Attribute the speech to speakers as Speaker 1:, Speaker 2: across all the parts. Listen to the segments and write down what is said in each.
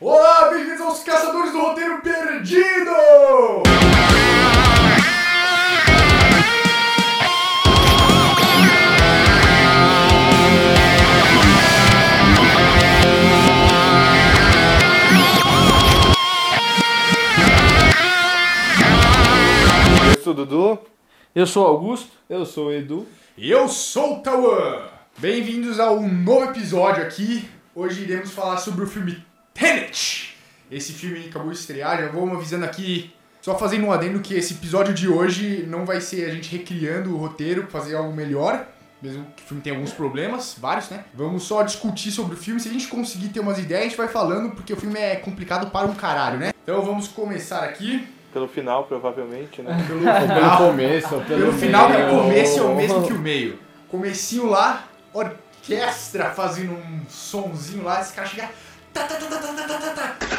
Speaker 1: Olá, bem-vindos aos Caçadores do Roteiro Perdido!
Speaker 2: Eu sou o Dudu.
Speaker 3: Eu sou Augusto.
Speaker 2: Eu sou o Edu.
Speaker 1: E eu sou o Tawan! Bem-vindos a um novo episódio aqui. Hoje iremos falar sobre o filme Tenet. Esse filme que acabou de estrear, já vou avisando aqui, só fazendo um adendo que esse episódio de hoje não vai ser a gente recriando o roteiro pra fazer algo melhor. Mesmo que o filme tenha alguns problemas, vários, né? Vamos só discutir sobre o filme. Se a gente conseguir ter umas ideias, a gente vai falando, porque o filme é complicado para um caralho, né? Então vamos começar aqui.
Speaker 2: Pelo final, provavelmente, né?
Speaker 1: Pelo
Speaker 4: Pelo
Speaker 1: final,
Speaker 4: começo, ou pelo
Speaker 1: pelo final
Speaker 4: meio.
Speaker 1: é o começo é o mesmo que o meio. Comecinho lá, orquestra fazendo um sonzinho lá, esse cara chega. tá, tá, tá, tá, tá, tá, tá, tá, tá.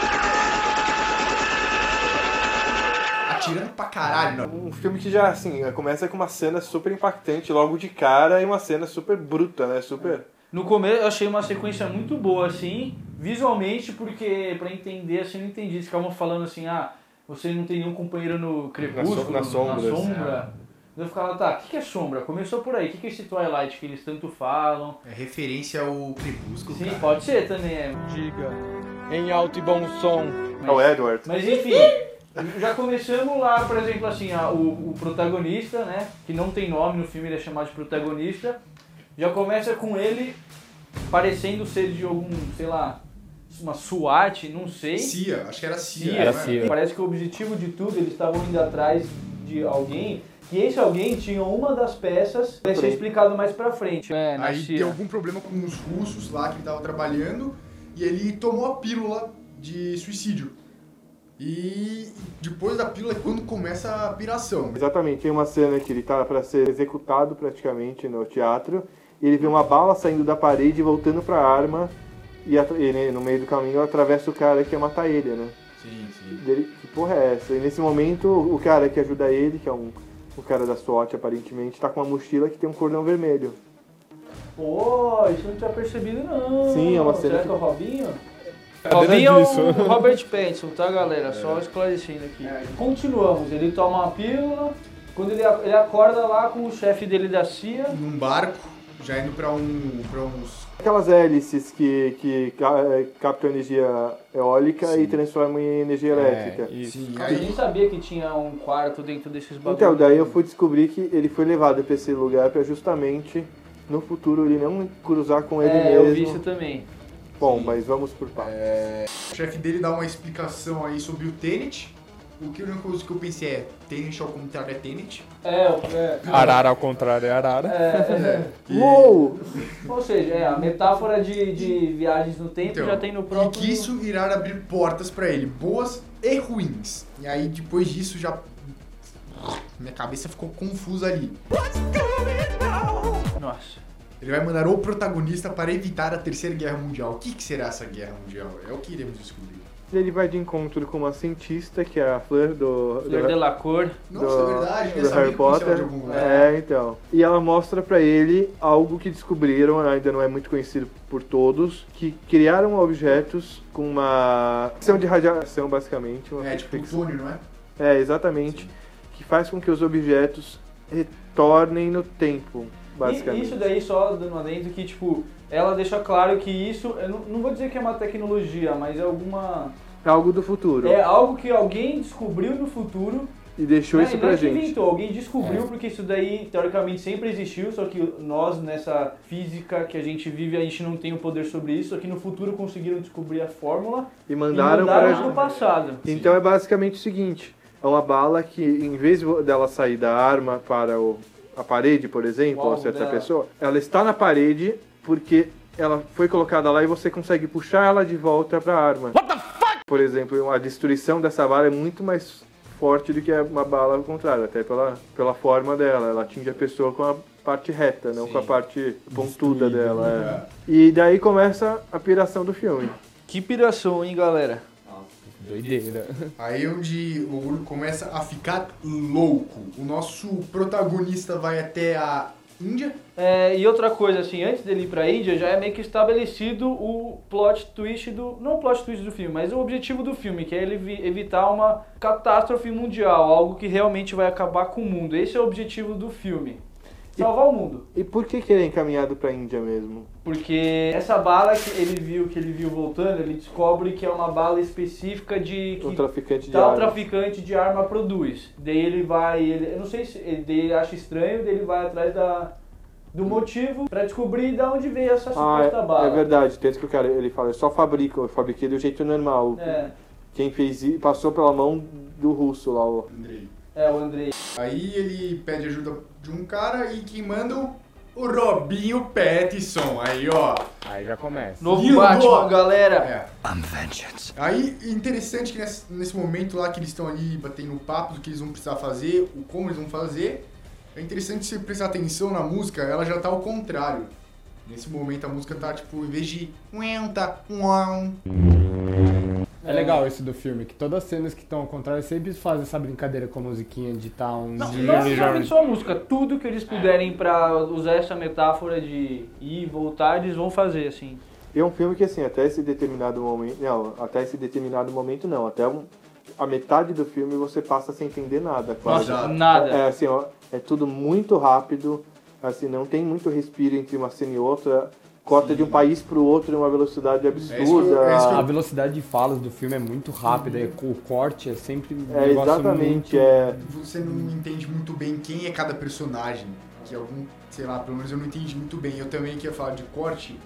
Speaker 1: Atirando pra caralho, não.
Speaker 2: Um filme que já, assim, começa com uma cena super impactante logo de cara e uma cena super bruta, né? Super.
Speaker 3: No começo eu achei uma sequência muito boa, assim, visualmente, porque pra entender, assim, eu não entendi. Eles ficavam falando assim, ah, você não tem nenhum companheiro no crepúsculo,
Speaker 2: Na so- na sombra, assim,
Speaker 3: sombra. Eu ficava, tá, o que, que é sombra? Começou por aí, o que, que é esse Twilight que eles tanto falam?
Speaker 1: É referência ao Crepúsculo,
Speaker 3: Sim,
Speaker 1: cara.
Speaker 3: pode ser também, é.
Speaker 4: Diga, em alto e bom som.
Speaker 2: É o Edward.
Speaker 3: Mas enfim, já começamos lá, por exemplo, assim, a- o, o protagonista, né? Que não tem nome no filme, ele é chamado de protagonista. Já começa com ele parecendo ser de algum, sei lá, uma SWAT, não sei.
Speaker 1: Cia, acho que era Cia.
Speaker 3: Cia.
Speaker 1: né?
Speaker 4: Era Cia.
Speaker 3: Parece que o objetivo de tudo, eles estavam indo atrás de alguém. E esse alguém tinha uma das peças, vai ser explicado mais pra frente. É,
Speaker 1: Aí um deu algum problema com os russos lá que ele tava trabalhando e ele tomou a pílula de suicídio. E depois da pílula é quando começa a piração.
Speaker 2: Exatamente, tem uma cena que ele tá pra ser executado praticamente no teatro, e ele vê uma bala saindo da parede e voltando pra arma, e atra- ele, no meio do caminho atravessa o cara que ia matar ele, né?
Speaker 1: Sim, sim.
Speaker 2: E Ele, que porra é essa? E nesse momento, o cara que ajuda ele, que é um, o cara da SWAT aparentemente, tá com uma mochila que tem um cordão vermelho.
Speaker 3: Pô, isso eu não tinha percebido não.
Speaker 2: Sim, é uma
Speaker 3: Será
Speaker 2: cena que-
Speaker 3: que é o Robinho?
Speaker 4: Cadeira
Speaker 3: Robinho é o
Speaker 4: disso.
Speaker 3: Robert Pattinson, tá galera?
Speaker 2: É.
Speaker 3: Só esclarecendo aqui. É, Continuamos, ele toma uma pílula, quando ele, ele acorda lá com o chefe dele da CIA.
Speaker 1: num barco, já indo pra um. pra uns.
Speaker 2: Aquelas hélices que, que ca- eh, captam energia eólica e transformam em energia elétrica.
Speaker 4: isso.
Speaker 1: Sim,
Speaker 3: Eu nem
Speaker 1: aí.
Speaker 3: sabia que tinha um quarto dentro desses bagulhos.
Speaker 2: Então, daí eu fui descobrir que ele foi levado pra esse lugar pra justamente no futuro ele não cruzar com ele
Speaker 3: É, eu vi
Speaker 2: mesmo.
Speaker 3: isso também.
Speaker 2: Bom, mas vamos por partes.
Speaker 1: O chefe dele dá uma explicação aí sobre o Tenet. O que a única coisa que eu pensei é: Tenet ao contrário é Tenet.
Speaker 3: É, é,
Speaker 4: Arara ao contrário é arara.
Speaker 3: é,
Speaker 2: Uou!
Speaker 3: é. Ou seja, é, a metáfora de, de viagens no tempo
Speaker 1: Então,
Speaker 3: já tem no
Speaker 1: E
Speaker 3: próprio...
Speaker 1: que isso irá abrir portas pra ele, boas e ruins. E aí depois disso já. Minha cabeça ficou confusa ali.
Speaker 3: Nossa.
Speaker 1: Ele vai mandar o protagonista para evitar a terceira guerra mundial. O que, que será essa guerra mundial? É o que iremos descobrir.
Speaker 2: Ele vai de encontro com uma cientista, que é a Fleur do...
Speaker 3: Flor
Speaker 2: do-
Speaker 3: de la cor.
Speaker 1: Nossa, é
Speaker 2: do-
Speaker 1: verdade, né?
Speaker 2: do
Speaker 1: Sabia
Speaker 2: Harry
Speaker 1: que conheceu
Speaker 2: Potter.
Speaker 1: de algum lugar.
Speaker 2: É, então. E ela mostra pra ele algo que descobriram, ainda não é muito conhecido por todos, que criaram objetos com uma ação de radiação, basicamente. Uma
Speaker 1: É, tipo
Speaker 2: fixação.
Speaker 1: Plutônio, não é?
Speaker 2: É, exatamente. Que faz com que os objetos retornem no tempo,
Speaker 3: E
Speaker 2: basicamente.
Speaker 3: isso daí só dando um adendo que, tipo, ela deixa claro que isso, eu não, não vou dizer que é uma tecnologia, mas é alguma.
Speaker 2: É algo do futuro.
Speaker 3: É algo que alguém descobriu no futuro.
Speaker 2: E deixou
Speaker 3: né?
Speaker 2: isso
Speaker 3: E não
Speaker 2: pra
Speaker 3: é que
Speaker 2: gente. É.
Speaker 3: inventou, alguém descobriu, porque isso daí teoricamente sempre existiu, só que nós, nessa física que a gente vive, a gente não tem o poder sobre isso, só que no futuro conseguiram descobrir a fórmula
Speaker 2: E mandaram,
Speaker 3: e mandaram
Speaker 2: pra
Speaker 3: pro
Speaker 2: gente.
Speaker 3: passado.
Speaker 2: Então é basicamente o seguinte: é uma bala que, em vez vo- dela sair da arma para o- a parede, por exemplo,
Speaker 3: O
Speaker 2: ou
Speaker 3: alvo
Speaker 2: certa
Speaker 3: dela.
Speaker 2: pessoa, ela está na parede porque ela foi colocada lá e você consegue puxar ela de volta pra arma. What the fuck? Por exemplo, a destruição dessa bala é muito mais forte do que uma bala ao contrário, até pela, pela forma dela. Ela atinge a pessoa com a parte reta, não com a parte pontuda dela. é. E daí começa a piração do filme.
Speaker 3: Que piração, hein, galera?
Speaker 4: Doideira.
Speaker 1: Aí é onde o Orgulho começa a ficar louco. O nosso protagonista vai até a Índia.
Speaker 3: É, e outra coisa, assim, antes dele ir pra Índia, já é meio que estabelecido o plot twist do. Não o plot twist do filme, mas o objetivo do filme, que é ele vi- evitar uma catástrofe mundial, algo que realmente vai acabar com o mundo. Esse é o objetivo do filme. Salvar o mundo.
Speaker 2: E por que, que ele é encaminhado pra Índia mesmo?
Speaker 3: Porque essa bala que ele viu, que ele viu voltando, ele descobre que é uma bala específica de.
Speaker 2: O
Speaker 3: que
Speaker 2: traficante de
Speaker 3: tal
Speaker 2: armas.
Speaker 3: Tá, traficante de arma produz. Daí ele vai, ele, eu não sei se ele, daí ele acha estranho, daí ele vai atrás da, do motivo pra descobrir de onde veio essa
Speaker 2: Ah,
Speaker 3: suposta bala.
Speaker 2: é, é verdade. Tanto que o cara, ele fala, eu só fabrico, eu fabriquei do jeito normal.
Speaker 3: É,
Speaker 2: Quem fez isso, passou pela mão do russo lá, ó.
Speaker 1: Andrei.
Speaker 3: é, o Andrei.
Speaker 1: Aí ele pede ajuda de um cara e quem manda é o- o Robinho Pattinson. Aí, ó.
Speaker 5: Aí já começa.
Speaker 3: Novo
Speaker 1: Viu,
Speaker 3: Batman,
Speaker 1: boa?
Speaker 3: galera.
Speaker 1: É. Aí, interessante que nesse, nesse momento lá que eles estão ali batendo o papo do que eles vão precisar fazer, o como eles vão fazer, é interessante você prestar atenção na música, ela já tá ao contrário. Nesse momento a música tá tipo, em vez de ué, tá uau.
Speaker 4: É legal esse do filme, que todas as cenas que estão ao contrário sempre fazem essa brincadeira com a musiquinha de tá uns
Speaker 3: Não, não
Speaker 4: dias e já-
Speaker 3: necessariamente só a música, tudo que eles puderem pra usar essa metáfora de ir e voltar, eles vão fazer, assim.
Speaker 2: E é um filme que, assim, até esse determinado momento... Não, até esse determinado momento, não. Até um- a metade do filme você passa sem entender nada, quase.
Speaker 1: Nossa,
Speaker 3: Nada.
Speaker 2: É, assim, ó, é tudo muito rápido. Assim, não tem muito respiro entre uma cena e outra. Corta de um país pro outro em uma velocidade absurda.
Speaker 1: É isso que eu- é isso que
Speaker 4: A velocidade de falas do filme é muito rápida, e o corte é sempre um
Speaker 2: É,
Speaker 4: negócio
Speaker 2: exatamente,
Speaker 4: muito...
Speaker 2: é...
Speaker 1: Você não entende muito bem quem é cada personagem. Que algum, sei lá, pelo menos eu não entendi muito bem. Eu também queria falar de corte.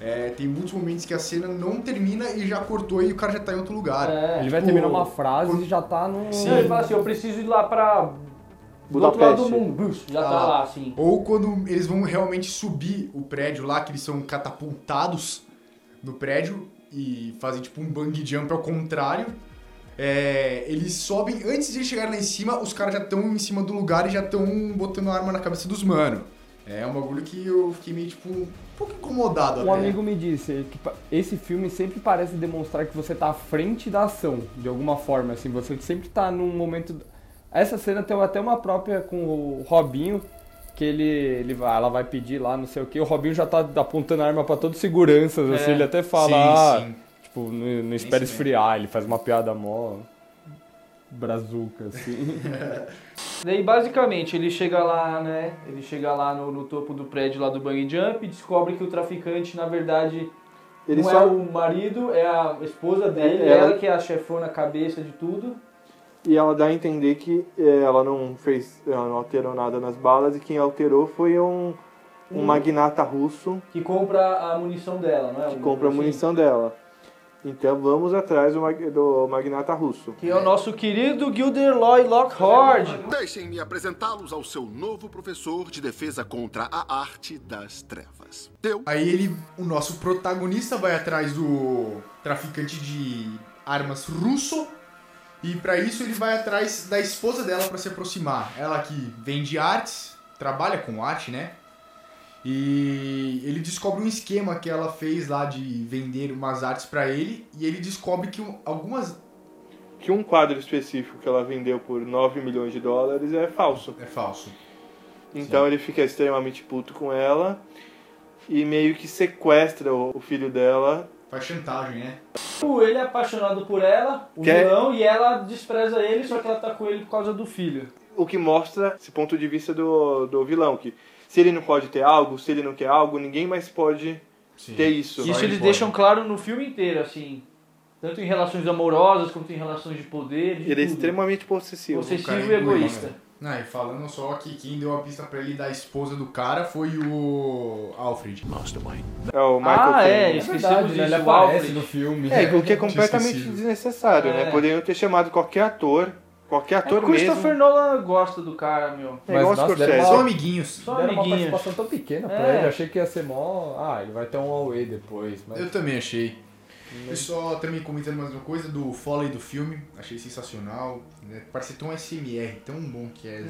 Speaker 1: é, tem muitos momentos que a cena não termina e já cortou e o cara já tá em outro lugar.
Speaker 3: É.
Speaker 4: Ele vai terminar uma frase e já tá no...
Speaker 1: Sim.
Speaker 3: Não, ele fala assim, eu preciso ir lá pra... Do outro lado do
Speaker 2: Budapeste.
Speaker 3: mundo, Bruce, já
Speaker 1: Ah
Speaker 3: tá
Speaker 1: lá.
Speaker 3: lá, assim.
Speaker 1: Ou quando eles vão realmente subir o prédio lá, que eles são catapultados no prédio e fazem tipo um bang jump ao contrário. É, eles sobem, antes de eles chegarem lá em cima, os caras já estão em cima do lugar e já estão botando arma na cabeça dos mano. É um bagulho que eu fiquei meio tipo um pouco incomodado
Speaker 4: Um
Speaker 1: até.
Speaker 4: amigo me disse que pa- esse filme sempre parece demonstrar que você tá à frente da ação, de alguma forma, assim, você sempre tá num momento... Essa cena tem até uma própria com o Robinho, que ele, ele vai, ela vai pedir lá, não sei o que, o Robinho já tá apontando a arma pra todos os seguranças, assim,
Speaker 3: É.
Speaker 4: ele até
Speaker 1: Sim,
Speaker 4: fala, "Ah,
Speaker 1: sim.
Speaker 4: tipo, não, não espera
Speaker 1: isso mesmo.
Speaker 4: esfriar, ele faz uma piada mó brazuca, assim.
Speaker 3: Daí, basicamente, ele chega lá, né? Ele chega lá no, no topo do prédio lá do Bang Jump e descobre que o traficante, na verdade,
Speaker 2: Ele
Speaker 3: não
Speaker 2: só...
Speaker 3: é o marido, é a esposa dele,
Speaker 2: É, ela-
Speaker 3: ela que é a chefona cabeça de tudo.
Speaker 2: E ela dá a entender que eh, ela não fez, ela não alterou nada nas balas e quem alterou foi um, um
Speaker 3: Hum.
Speaker 2: magnata russo
Speaker 3: Que compra a munição dela, não é?
Speaker 2: que compra a
Speaker 3: Assim,
Speaker 2: munição dela. Então vamos atrás do, mag- do magnata russo.
Speaker 3: Que é o nosso querido Gilderoy Lockhart.
Speaker 6: Deixem-me apresentá-los ao seu novo professor de defesa contra a arte das trevas. Eu,
Speaker 1: Aí ele, o nosso protagonista vai atrás do traficante de armas russo e pra isso ele vai atrás da esposa dela pra se aproximar. Ela que vende artes, trabalha com arte, né? E ele descobre um esquema que ela fez lá de vender umas artes pra ele e ele descobre que um- algumas
Speaker 2: Que um quadro específico que ela vendeu por 9 milhões de dólares é falso.
Speaker 1: é falso.
Speaker 2: Então ele fica extremamente puto com ela e meio que sequestra o, o filho dela.
Speaker 1: Faz chantagem, né?
Speaker 3: O- Ele é apaixonado por ela, o
Speaker 2: Quer-
Speaker 3: vilão, e ela despreza ele, só que ela tá com ele por causa do filho.
Speaker 2: O que mostra esse ponto de vista do, do vilão, que se ele não pode ter algo, se ele não quer algo, ninguém mais pode
Speaker 1: Sim.
Speaker 2: ter isso.
Speaker 1: Só
Speaker 3: Isso
Speaker 1: ele
Speaker 3: eles
Speaker 1: pode.
Speaker 3: deixam claro no filme inteiro, assim. Tanto em relações amorosas, quanto em relações de poder, de
Speaker 2: Ele é
Speaker 3: tudo.
Speaker 2: extremamente possessivo.
Speaker 1: cara
Speaker 3: Possessivo e
Speaker 1: é doido,
Speaker 3: egoísta.
Speaker 1: Ah, e falando só que quem deu a pista pra ele da esposa do cara foi o Alfred.
Speaker 2: É o Michael
Speaker 3: ah, é,
Speaker 2: Caine.
Speaker 3: esquecemos
Speaker 4: verdade, né?
Speaker 3: disso.
Speaker 4: Ele
Speaker 3: o
Speaker 4: aparece
Speaker 3: Alfred.
Speaker 4: no filme.
Speaker 2: É, o que é completamente
Speaker 1: esquecido.
Speaker 2: desnecessário, né?
Speaker 3: É.
Speaker 2: Poderiam ter chamado qualquer ator, qualquer
Speaker 3: É, o
Speaker 2: ator mesmo.
Speaker 3: Christopher Nolan gosta do cara, meu.
Speaker 2: É igual
Speaker 4: Mas, nossa,
Speaker 2: Scorsese.
Speaker 4: deram
Speaker 1: São
Speaker 4: uma-
Speaker 1: amiguinhos.
Speaker 3: Só
Speaker 4: Deram uma
Speaker 3: amiguinhos.
Speaker 4: participação tão pequena pra
Speaker 3: É.
Speaker 4: ele, achei que ia ser mó... Ah, ele vai ter um away depois, mas... é
Speaker 1: Eu também achei. E só também comentando mais uma coisa do Foley do filme, achei sensacional. Né? Parece tão SMR, tão bom que é.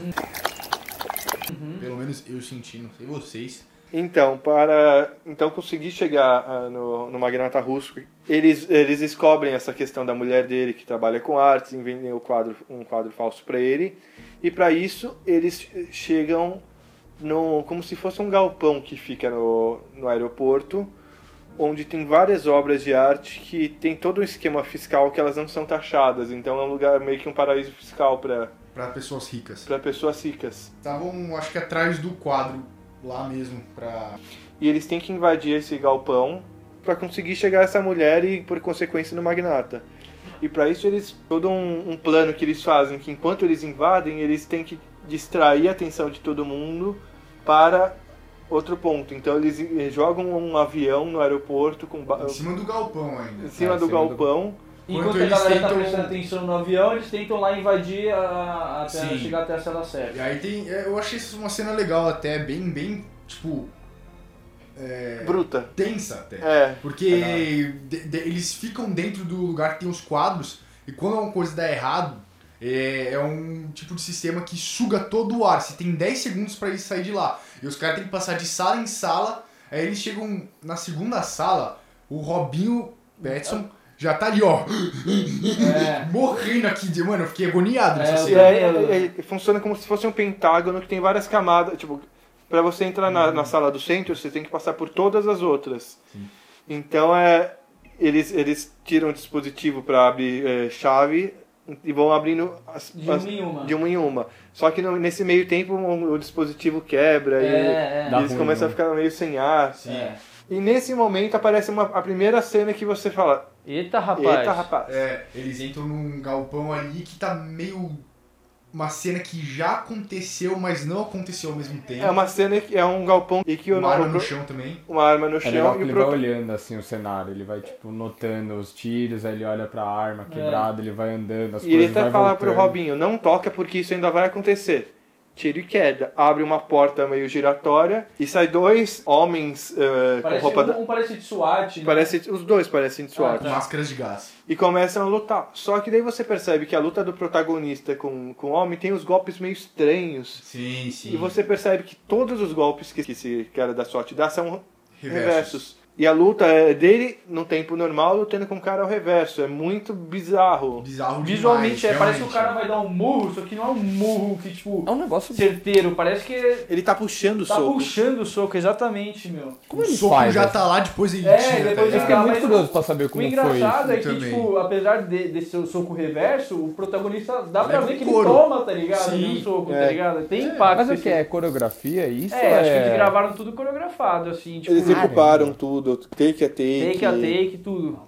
Speaker 1: Pelo menos eu senti, não sei vocês.
Speaker 2: Então, para então conseguir chegar ah, no, no magnata russo, eles eles descobrem essa questão da mulher dele que trabalha com artes, inventam o quadro um quadro falso para ele. E para isso eles chegam no, como se fosse um galpão que fica no, no aeroporto, onde tem várias obras de arte que tem todo um esquema fiscal que elas não são taxadas. Então é um lugar meio que um paraíso fiscal para
Speaker 1: Pra pessoas ricas.
Speaker 2: pessoas ricas.
Speaker 1: Estavam, acho que atrás do quadro, lá mesmo, pra...
Speaker 2: E eles têm que invadir esse galpão para conseguir chegar a essa mulher e, por consequência, no magnata. E para isso eles todo um, um plano que eles fazem que enquanto eles invadem eles têm que distrair a atenção de todo mundo para outro ponto. Então eles eh, jogam um avião no aeroporto com ba-
Speaker 1: Em cima do galpão ainda.
Speaker 2: em cima do
Speaker 4: É, em cima do-
Speaker 2: galpão
Speaker 1: Enquanto
Speaker 3: Enquanto a
Speaker 1: eles
Speaker 3: galera tá
Speaker 1: tentam-
Speaker 3: prestando atenção no avião, eles tentam lá invadir a, até
Speaker 1: Sim.
Speaker 3: chegar até a sala
Speaker 1: E
Speaker 3: certa.
Speaker 1: aí tem... é, Eu achei isso uma cena legal até, bem, bem, tipo,
Speaker 2: bruta.
Speaker 1: tensa até.
Speaker 2: É.
Speaker 1: Porque de- de- eles ficam dentro do lugar que tem os quadros, e quando alguma coisa dá errado, é, é um tipo de sistema que suga todo o ar. Você tem 10 segundos pra eles sair de lá. E os caras têm que passar de sala em sala, aí eles chegam na segunda sala, o Robinho Petson já tá ali, ó,
Speaker 3: É.
Speaker 1: morrendo aqui. de- Mano, eu fiquei agoniado nessa
Speaker 3: É,
Speaker 2: E
Speaker 1: cena.
Speaker 2: aí, é- é- funciona como se fosse um pentágono que tem várias camadas. Tipo, para você entrar na, na sala do centro, você tem que passar por todas as outras. Então é. Eles, eles tiram o dispositivo para abrir é, chave e vão abrindo as,
Speaker 3: De
Speaker 2: as-
Speaker 3: uma em uma.
Speaker 2: de um uma em uma. Só que no- nesse meio tempo o, o dispositivo quebra
Speaker 3: É,
Speaker 2: e,
Speaker 3: é.
Speaker 2: e eles
Speaker 4: ruim,
Speaker 2: começam a
Speaker 4: né?
Speaker 2: ficar meio sem ar.
Speaker 3: É.
Speaker 2: E nesse momento aparece uma, a primeira cena que você fala:
Speaker 3: Eita, rapaz.
Speaker 2: Eita rapaz!
Speaker 1: É, eles entram num galpão ali que tá meio. Uma cena que já aconteceu, mas não aconteceu ao mesmo tempo.
Speaker 2: É uma cena que é um galpão e que o,
Speaker 1: Uma arma
Speaker 2: o-
Speaker 1: no chão também.
Speaker 2: uma arma no
Speaker 4: É
Speaker 2: chão
Speaker 4: legal
Speaker 2: e
Speaker 4: que
Speaker 2: o
Speaker 4: ele vai
Speaker 2: pro-
Speaker 4: olhando assim o cenário, ele vai tipo notando os tiros, aí ele olha pra arma
Speaker 3: É.
Speaker 4: quebrada, ele vai andando, as
Speaker 2: E ele
Speaker 4: coisas
Speaker 2: até
Speaker 4: vai
Speaker 2: fala
Speaker 4: voltando.
Speaker 2: pro Robinho, não toca porque isso ainda vai acontecer. Tiro e queda. Abre uma porta meio giratória e sai dois homens eh, com
Speaker 3: Parece
Speaker 2: roupa da...
Speaker 3: um, um parece de SWAT. né?
Speaker 2: Parece, os dois parecem de SWAT.
Speaker 3: Ah, tá.
Speaker 1: Máscaras de gás.
Speaker 2: E começam a lutar. Só que daí você percebe que a luta do protagonista com, com o homem tem uns golpes meio estranhos.
Speaker 1: Sim, sim.
Speaker 2: E você percebe que todos os golpes que esse cara da sorte dá são
Speaker 1: Reversos.
Speaker 2: reversos. E a luta é dele no tempo normal lutando com o cara ao reverso. É muito bizarro.
Speaker 1: É Bizarro demais,
Speaker 3: Visualmente, é, parece que o
Speaker 1: realmente.
Speaker 3: cara vai dar um murro, só que não é um murro que, tipo,
Speaker 4: É um negócio.
Speaker 3: certeiro. Parece que
Speaker 2: Ele tá puxando o
Speaker 3: tá
Speaker 2: soco.
Speaker 3: puxando o soco, exatamente, meu.
Speaker 4: Como
Speaker 1: o
Speaker 4: ele
Speaker 1: soco
Speaker 4: faz?
Speaker 1: já
Speaker 4: essa?
Speaker 1: tá lá, depois ele
Speaker 3: É,
Speaker 1: tira.
Speaker 3: depois
Speaker 4: Eu
Speaker 1: tá
Speaker 4: fiquei
Speaker 1: ligado?
Speaker 3: Ah,
Speaker 4: muito
Speaker 3: mas
Speaker 4: curioso pra saber
Speaker 3: O
Speaker 4: como foi isso.
Speaker 3: engraçado é que,
Speaker 1: também.
Speaker 3: tipo, apesar de, desse o soco reverso, o protagonista dá pra
Speaker 1: Leva
Speaker 3: ver
Speaker 1: um
Speaker 3: que ele
Speaker 1: couro.
Speaker 3: toma, tá ligado?
Speaker 1: Sim.
Speaker 3: no soco,
Speaker 2: É.
Speaker 3: tá ligado? Tem impacto.
Speaker 4: Mas o
Speaker 3: esse-
Speaker 4: que é coreografia? Isso
Speaker 3: É, acho que eles
Speaker 4: é-
Speaker 3: gravaram tudo coreografado, assim, tipo,
Speaker 2: Eles
Speaker 4: Caramba.
Speaker 2: ocuparam tudo, take a take.
Speaker 3: take a take, tudo.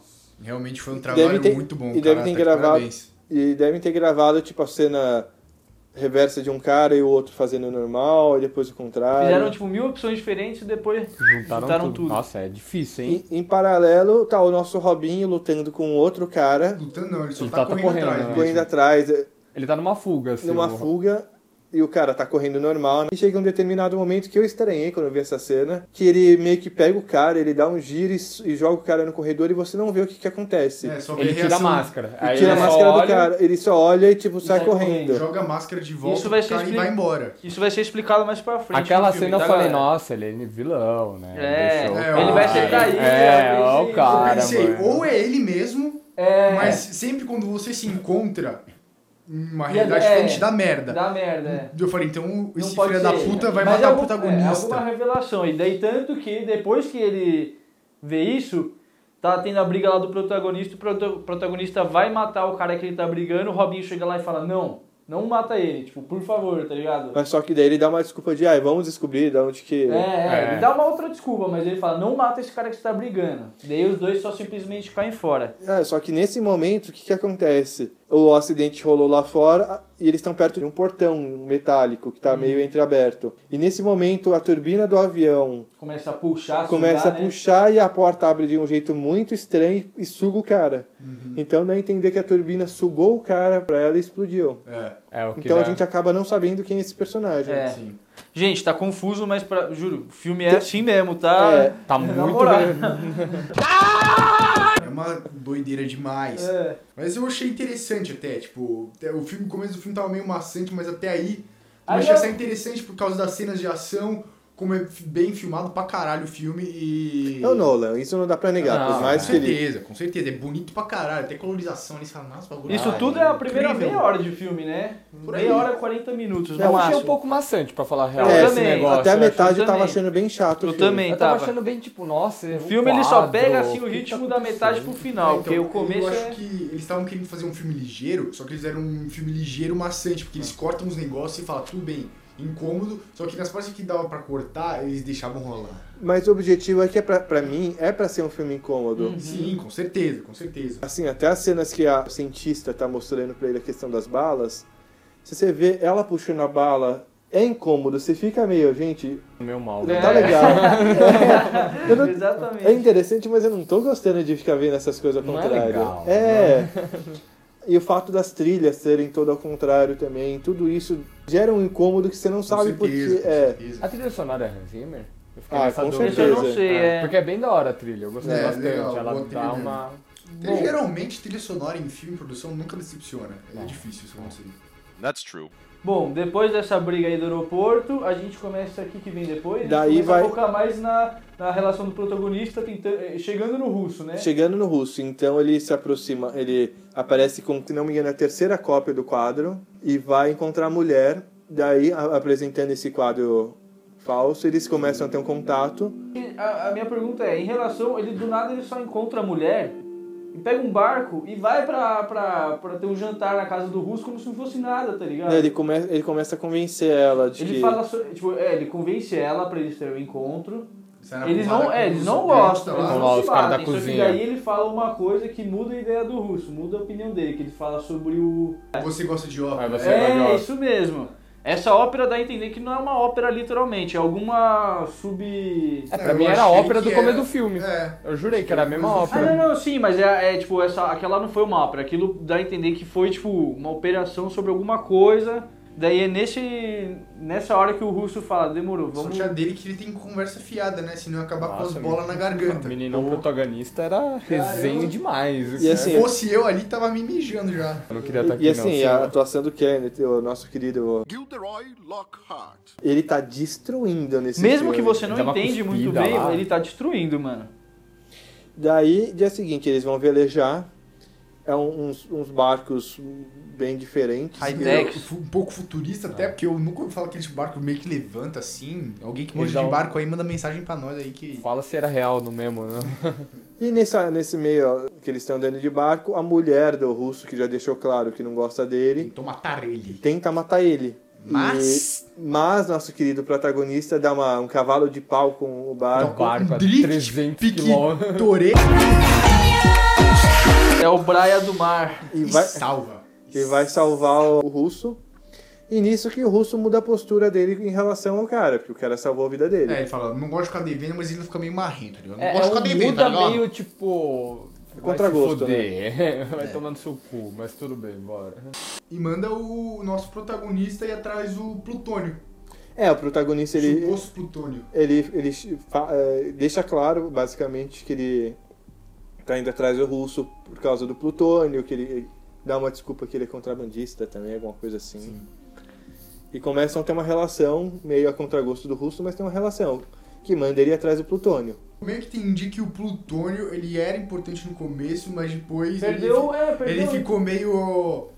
Speaker 1: Realmente foi um trabalho
Speaker 2: ter-
Speaker 1: muito bom,
Speaker 2: e
Speaker 1: cara.
Speaker 2: deve ter
Speaker 1: tá de
Speaker 2: gravado.
Speaker 1: parabéns.
Speaker 2: E devem ter gravado, tipo, a cena reversa de um cara e o outro fazendo normal, e depois o contrário.
Speaker 3: Fizeram, tipo, mil opções diferentes e depois
Speaker 4: Juntaram,
Speaker 3: Juntaram
Speaker 4: tudo.
Speaker 3: tudo.
Speaker 4: Nossa, é difícil, hein?
Speaker 2: Em, em paralelo, tá o nosso Robinho lutando com outro cara,
Speaker 1: Lutando não, ele só
Speaker 4: Ele
Speaker 1: tá,
Speaker 4: tá- tá
Speaker 1: correndo,
Speaker 4: correndo,
Speaker 1: atrás.
Speaker 4: né?
Speaker 1: mesmo.
Speaker 2: correndo atrás, é,
Speaker 4: Ele tá numa fuga, assim.
Speaker 2: numa
Speaker 4: o-
Speaker 2: fuga, e o cara tá correndo normal. E chega um determinado momento que eu estranhei quando eu vi essa cena, que ele meio que pega o cara, ele dá um giro e, s- e joga o cara no corredor e você não vê o que, que acontece.
Speaker 1: É, só que
Speaker 4: Ele tira a
Speaker 1: reação-
Speaker 4: máscara.
Speaker 2: Ele
Speaker 4: Aí
Speaker 2: tira a
Speaker 4: ele só
Speaker 2: máscara do
Speaker 4: olha,
Speaker 2: cara, ele só olha e tipo sai,
Speaker 3: sai
Speaker 2: correndo.
Speaker 3: correndo.
Speaker 1: Joga a máscara de volta
Speaker 3: Isso vai ser
Speaker 1: cara, e
Speaker 3: expli-
Speaker 1: vai embora.
Speaker 3: isso vai ser explicado mais pra frente.
Speaker 4: Aquela
Speaker 3: no filme,
Speaker 4: cena eu
Speaker 3: tá,
Speaker 4: falei,
Speaker 3: galera?
Speaker 4: nossa, ele é vilão, né?
Speaker 3: É,
Speaker 4: Deixou o
Speaker 1: é, ele vai
Speaker 4: cara.
Speaker 1: ser traído,
Speaker 4: É,
Speaker 3: eu
Speaker 4: ó
Speaker 3: pensei.
Speaker 4: o cara,
Speaker 1: eu pensei,
Speaker 4: mano.
Speaker 1: ou é ele mesmo,
Speaker 3: É,
Speaker 1: mas sempre quando você se encontra em uma
Speaker 3: E
Speaker 1: realidade
Speaker 3: é-
Speaker 1: diferente da merda.
Speaker 3: dá merda, é.
Speaker 1: Eu falei, então
Speaker 3: Não
Speaker 1: esse
Speaker 3: pode
Speaker 1: filho da
Speaker 3: ser.
Speaker 1: puta vai
Speaker 3: Mas
Speaker 1: matar
Speaker 3: algum-
Speaker 1: o protagonista.
Speaker 3: É, alguma revelação. E daí tanto que depois que ele vê isso, tá tendo a briga lá do protagonista, o prota- protagonista vai matar o cara que ele tá brigando, o Robinho chega lá e fala, não, não mata ele, tipo, por favor, tá ligado?
Speaker 2: Mas só que daí ele dá uma desculpa de, ah, vamos descobrir de onde que...
Speaker 3: É, é,
Speaker 4: É.
Speaker 3: ele dá uma outra desculpa, mas ele fala, não mata esse cara que você tá brigando. Daí os dois só simplesmente caem fora.
Speaker 2: É, só que nesse momento, o que que acontece? O acidente rolou lá fora ah, e eles estão perto de um portão metálico
Speaker 3: Hum.
Speaker 2: que tá meio entreaberto. E nesse momento, a turbina do avião
Speaker 3: Começa a puxar,
Speaker 2: começa
Speaker 3: sugar,
Speaker 2: a
Speaker 3: né?
Speaker 2: puxar e a porta abre de um jeito muito estranho e suga o cara.
Speaker 3: Uhum.
Speaker 2: Então dá a entender que a turbina sugou o cara pra ela e explodiu.
Speaker 1: É,
Speaker 4: É, o que
Speaker 2: então
Speaker 4: dá-
Speaker 2: a gente acaba não sabendo quem é esse personagem.
Speaker 3: É.
Speaker 1: sim.
Speaker 3: Gente, tá confuso, mas pra- juro, o filme é assim mesmo, tá?
Speaker 2: É,
Speaker 4: Tá
Speaker 3: Na
Speaker 4: muito
Speaker 3: moral.
Speaker 1: É uma doideira demais.
Speaker 3: É.
Speaker 1: Mas eu achei interessante até, tipo, até o filme, o começo do filme tava meio maçante, mas até aí eu
Speaker 3: Aí
Speaker 1: achei
Speaker 3: eu-
Speaker 1: essa interessante por causa das cenas de ação, como é bem filmado pra caralho o filme e.
Speaker 2: É o Nolan, isso não dá pra negar.
Speaker 4: Não,
Speaker 2: por
Speaker 1: Com
Speaker 2: mais que ele.
Speaker 1: certeza, com certeza. É bonito pra caralho. Até colorização ali, você fala, nossa, o bagulho.
Speaker 3: Isso
Speaker 1: Ah,
Speaker 3: tudo é a primeira
Speaker 1: incrível.
Speaker 3: meia hora de filme, né?
Speaker 1: Por aí.
Speaker 3: Meia hora e 40 minutos,
Speaker 4: Eu
Speaker 3: no
Speaker 4: achei
Speaker 3: máximo.
Speaker 4: um pouco maçante, pra falar a real,
Speaker 2: É,
Speaker 4: esse
Speaker 3: também,
Speaker 4: negócio.
Speaker 2: Até a
Speaker 4: eu achei-
Speaker 2: metade eu tava
Speaker 3: também.
Speaker 2: achando bem chato. o
Speaker 3: Eu
Speaker 2: filme.
Speaker 3: também
Speaker 4: Eu tava
Speaker 3: tava.
Speaker 4: achando bem, tipo, nossa,
Speaker 3: O filme ele só pega assim o ritmo da metade pro
Speaker 1: Ah,
Speaker 3: final,
Speaker 1: então,
Speaker 3: porque o começo
Speaker 1: eu acho
Speaker 3: é...
Speaker 1: que eles estavam querendo fazer um filme ligeiro, só que eles eram um filme ligeiro maçante, porque
Speaker 3: Ah.
Speaker 1: eles cortam os negócios e falam, tudo bem, incômodo, só que nas partes que dava pra cortar, eles deixavam rolar.
Speaker 2: Mas o objetivo é que, é pra, pra mim, é pra ser um filme incômodo.
Speaker 3: Uhum.
Speaker 1: Sim, com certeza, com certeza.
Speaker 2: Assim, até as cenas que a cientista tá mostrando pra ele a questão das balas, se você vê ela puxando a bala, é incômodo, você fica meio, gente,
Speaker 4: Meu mal. né?
Speaker 2: não tá legal. Eu não-
Speaker 3: Exatamente.
Speaker 2: É interessante, mas eu não tô gostando de ficar vendo essas coisas ao
Speaker 4: Não é
Speaker 2: contrário.
Speaker 4: legal,
Speaker 2: É. E o fato das trilhas serem todo ao contrário também, tudo isso gera um incômodo que você não sabe
Speaker 1: com
Speaker 2: por
Speaker 1: certeza,
Speaker 2: que
Speaker 1: com
Speaker 2: é.
Speaker 1: certeza.
Speaker 4: A trilha sonora é Hans Zimmer? Eu fiquei
Speaker 2: Ah,
Speaker 4: nessa
Speaker 2: com
Speaker 4: dúvida.
Speaker 3: Isso eu não
Speaker 2: certeza.
Speaker 3: sei, é.
Speaker 4: Porque é bem da hora a trilha, eu gostei
Speaker 1: É,
Speaker 4: bastante.
Speaker 1: legal,
Speaker 4: Ela
Speaker 1: boa
Speaker 4: dá
Speaker 1: trilha.
Speaker 4: uma.
Speaker 1: Então, Geralmente, trilha sonora em filme e produção nunca decepciona. É difícil isso acontecer.
Speaker 7: That's true.
Speaker 3: Bom, depois dessa briga aí do aeroporto, a gente começa aqui que vem depois. a gente
Speaker 2: Daí
Speaker 3: começa
Speaker 2: vai-
Speaker 3: a focar mais na, na relação do protagonista tentando, eh, chegando no russo, né?
Speaker 2: Chegando no russo, então ele se aproxima, ele aparece com, se não me engano, a terceira cópia do quadro e vai encontrar a mulher. Daí, a- apresentando esse quadro falso, eles começam a ter um contato.
Speaker 3: E A, a minha pergunta é, em relação, ele do nada ele só encontra a mulher e pega um barco e vai pra, pra, pra ter um jantar na casa do russo como se não fosse nada, tá ligado?
Speaker 2: né, Ele, come, ele começa a convencer ela de
Speaker 3: Ele
Speaker 2: que.
Speaker 3: fala, so- tipo, é, ele convence ela pra eles terem um encontro.
Speaker 1: Sai na
Speaker 3: Eles
Speaker 1: porrada
Speaker 3: não, é,
Speaker 1: com
Speaker 3: eles
Speaker 1: os
Speaker 3: não
Speaker 1: besta
Speaker 3: gostam, né? eles
Speaker 1: lá.
Speaker 4: Vamos lá,
Speaker 3: não
Speaker 4: os
Speaker 3: se
Speaker 4: caras da
Speaker 3: batem. Só que
Speaker 4: cozinha.
Speaker 3: daí ele fala uma coisa que muda a ideia do russo, muda a opinião dele, que ele fala sobre o...
Speaker 1: Você gosta de ópera.
Speaker 4: Aí você vai
Speaker 3: É,
Speaker 4: jogar.
Speaker 3: isso mesmo. Essa ópera dá a entender que não é uma ópera literalmente, é alguma sub...
Speaker 4: É,
Speaker 1: É,
Speaker 4: pra
Speaker 1: eu
Speaker 4: mim era a
Speaker 1: achei
Speaker 4: ópera
Speaker 1: que
Speaker 4: do começo
Speaker 1: era-
Speaker 4: do filme.
Speaker 1: É.
Speaker 4: Eu jurei que era a mesma
Speaker 3: Ah,
Speaker 4: ópera.
Speaker 3: não, não, sim, mas é, é, tipo, essa, aquela não foi uma ópera, aquilo dá a entender que foi tipo uma operação sobre alguma coisa. Daí é nesse, nessa hora que o russo fala, demorou,
Speaker 1: Vamos
Speaker 3: vamos.
Speaker 1: tirar dele que ele tem conversa fiada, né? Senão ia acabar com
Speaker 4: Nossa,
Speaker 1: as bolas na garganta.
Speaker 4: O meninão protagonista era resenha demais.
Speaker 2: E
Speaker 4: né?
Speaker 2: assim,
Speaker 1: Se fosse eu ali, tava me mijando já.
Speaker 4: eu não queria estar tá
Speaker 2: E
Speaker 4: aqui não.
Speaker 2: assim, a atuação do Kenneth, o nosso querido,
Speaker 6: Gilderoy Lockhart.
Speaker 2: ele tá destruindo nesse
Speaker 3: Mesmo
Speaker 2: filme.
Speaker 3: que você não
Speaker 4: Dá uma
Speaker 3: entende muito
Speaker 4: cuspida
Speaker 3: bem,
Speaker 4: lá.
Speaker 3: ele tá destruindo, mano.
Speaker 2: Daí, dia seguinte, eles vão velejar. É um- uns, uns barcos bem diferentes.
Speaker 3: High-tech.
Speaker 1: Eu- Um pouco futurista
Speaker 4: Ah.
Speaker 1: até, porque eu nunca ouvi falar que esse barco meio que levanta assim. Alguém que manja
Speaker 4: Eles dão- um
Speaker 1: de barco aí manda mensagem pra nós aí que.
Speaker 4: Fala se era real no mesmo, né?
Speaker 2: E nessa, nesse meio ó, que eles estão andando de barco, a mulher do russo, que já deixou claro que não gosta dele,
Speaker 1: Tentou matar ele.
Speaker 2: tenta matar ele.
Speaker 1: Mas.
Speaker 2: E- mas nosso querido protagonista dá uma- um cavalo de pau com o barco.
Speaker 4: Um barco a
Speaker 1: drift
Speaker 4: 300
Speaker 1: pique
Speaker 4: quilômetros.
Speaker 1: Torei
Speaker 3: É o Braia do Mar.
Speaker 2: E
Speaker 1: e
Speaker 2: vai,
Speaker 1: salva.
Speaker 2: que vai salvar o russo. E nisso que o russo muda a postura dele em relação ao cara, porque o cara salvou a vida dele.
Speaker 1: É, ele fala, não gosto de ficar devendo, mas ele fica meio marrento, tá ligado? Não
Speaker 4: É, é
Speaker 1: gosto de
Speaker 4: um
Speaker 1: ficar devendo, tá
Speaker 4: muda
Speaker 1: ligado?
Speaker 4: meio tipo.
Speaker 2: Contra
Speaker 4: vai se
Speaker 2: gosto, né? É.
Speaker 4: foder. Vai tomando seu cu, mas tudo bem, bora.
Speaker 1: E manda o nosso protagonista ir atrás do Plutônio.
Speaker 2: É, o protagonista
Speaker 1: Ele...
Speaker 2: ele,
Speaker 1: Suposto Plutônio.
Speaker 2: ele, ele fa- eh, deixa claro, basicamente, que ele tá indo atrás do russo por causa do plutônio, que ele dá uma desculpa que ele é contrabandista também, alguma coisa assim. E começam a ter uma relação, meio a contragosto do russo, mas tem uma relação que manda ele ir atrás do plutônio.
Speaker 1: Meio que entendi que o Plutônio, ele era importante no começo, mas depois... ele
Speaker 3: Perdeu, é, perdeu.
Speaker 1: Ele ficou meio.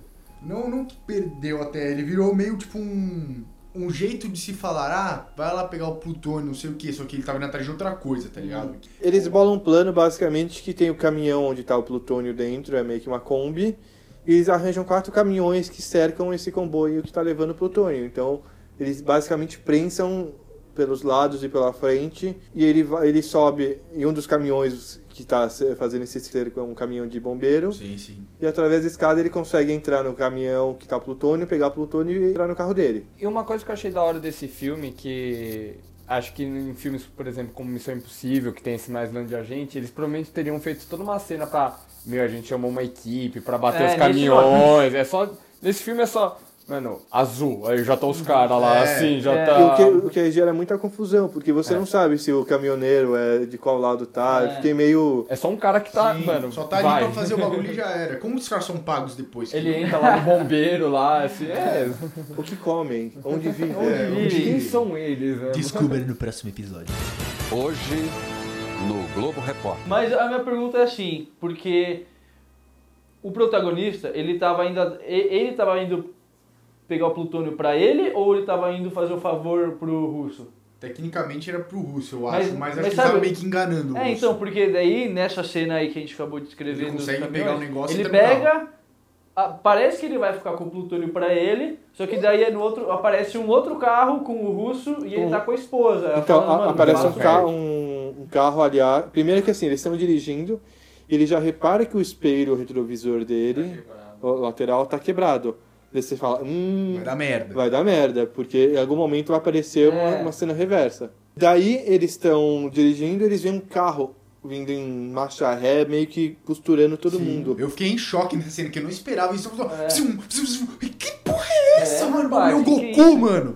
Speaker 1: Não, não que perdeu até. Ele virou meio tipo um. Um jeito de se falar, ah, vai lá pegar o Plutônio, não sei o que, só que ele tava indo atrás de outra coisa, tá ligado?
Speaker 2: Eles bolam um plano, basicamente, que tem o caminhão onde tá o plutônio dentro, é meio que uma Kombi. E eles arranjam quatro caminhões que cercam esse comboio que tá levando o plutônio. Então, eles basicamente prensam pelos lados e pela frente. E ele, vai- ele sobe em um dos caminhões que tá se- fazendo esse cerco, é um caminhão de bombeiro.
Speaker 1: Sim, sim.
Speaker 2: E através da escada ele consegue entrar no caminhão que tá plutônio, pegar plutônio e entrar no carro dele.
Speaker 4: E uma coisa que eu achei da hora desse filme, que acho que em filmes, por exemplo, como Missão Impossível, que tem esse mais grande agente, eles provavelmente teriam feito toda uma cena pra. Meu, a gente chamou uma equipe pra bater
Speaker 3: É,
Speaker 4: os
Speaker 3: nesse
Speaker 4: caminhões. É só. Nesse filme é só. "Meu, Mano, azul. Aí já tá os caras lá,
Speaker 1: É,
Speaker 4: assim, já
Speaker 3: é.
Speaker 4: tá.
Speaker 2: E o que, o que gera muita confusão, porque você não sabe se o caminhoneiro é de qual lado tá. Eu fiquei meio.
Speaker 4: É só um cara que tá,
Speaker 1: Sim,
Speaker 4: mano.
Speaker 1: só tá ali
Speaker 4: vai.
Speaker 1: pra fazer o bagulho e já era. Como os caras são pagos depois? que-
Speaker 4: Ele entra lá no bombeiro lá, assim, é.
Speaker 2: O que comem? Onde vivem?
Speaker 1: É,
Speaker 4: E
Speaker 1: onde-
Speaker 4: quem são eles, né?
Speaker 7: Descubra no próximo episódio.
Speaker 8: Hoje, no Globo Repórter.
Speaker 3: Mas a minha pergunta é assim, porque o protagonista, ele tava ainda e- ele tava indo pegar o plutônio pra ele ou ele tava indo fazer o favor pro russo?
Speaker 1: Tecnicamente era pro russo, eu
Speaker 3: Mas-
Speaker 1: acho, mas,
Speaker 3: mas
Speaker 1: acho que
Speaker 3: sabe-
Speaker 1: tava meio que enganando o
Speaker 3: É,
Speaker 1: russo.
Speaker 3: então, porque daí nessa cena aí que a gente acabou de escrever
Speaker 1: Ele
Speaker 3: dos
Speaker 1: consegue
Speaker 3: caminhões,
Speaker 1: pegar o negócio e
Speaker 3: ele
Speaker 1: terminar.
Speaker 3: pega a- parece que ele vai ficar com o plutônio pra ele, só que daí é no outro aparece um outro carro com o russo e ele tá com a esposa. Ela
Speaker 2: Então,
Speaker 3: fala,
Speaker 2: a-
Speaker 3: "Mano,
Speaker 2: aparece um
Speaker 3: vaza".
Speaker 2: carro, um, um carro aliado. Primeiro que assim, eles estão dirigindo, ele já repara que o espelho retrovisor
Speaker 1: Tá
Speaker 2: dele, o lateral, tá quebrado. Daí você fala, hum,
Speaker 1: Vai dar merda.
Speaker 2: vai dar merda, porque em algum momento vai aparecer uma,
Speaker 3: É.
Speaker 2: uma cena reversa. Daí eles estão dirigindo, eles veem um carro vindo em marcha ré, meio que costurando todo mundo.
Speaker 1: Eu fiquei em choque nessa cena, que eu não esperava isso. Eu falei,
Speaker 3: É.
Speaker 1: "Zum, zum, zum." Que porra é essa,
Speaker 3: É,
Speaker 1: mano?
Speaker 3: rapaz,
Speaker 1: Meu
Speaker 3: que que é
Speaker 1: Goku, mano.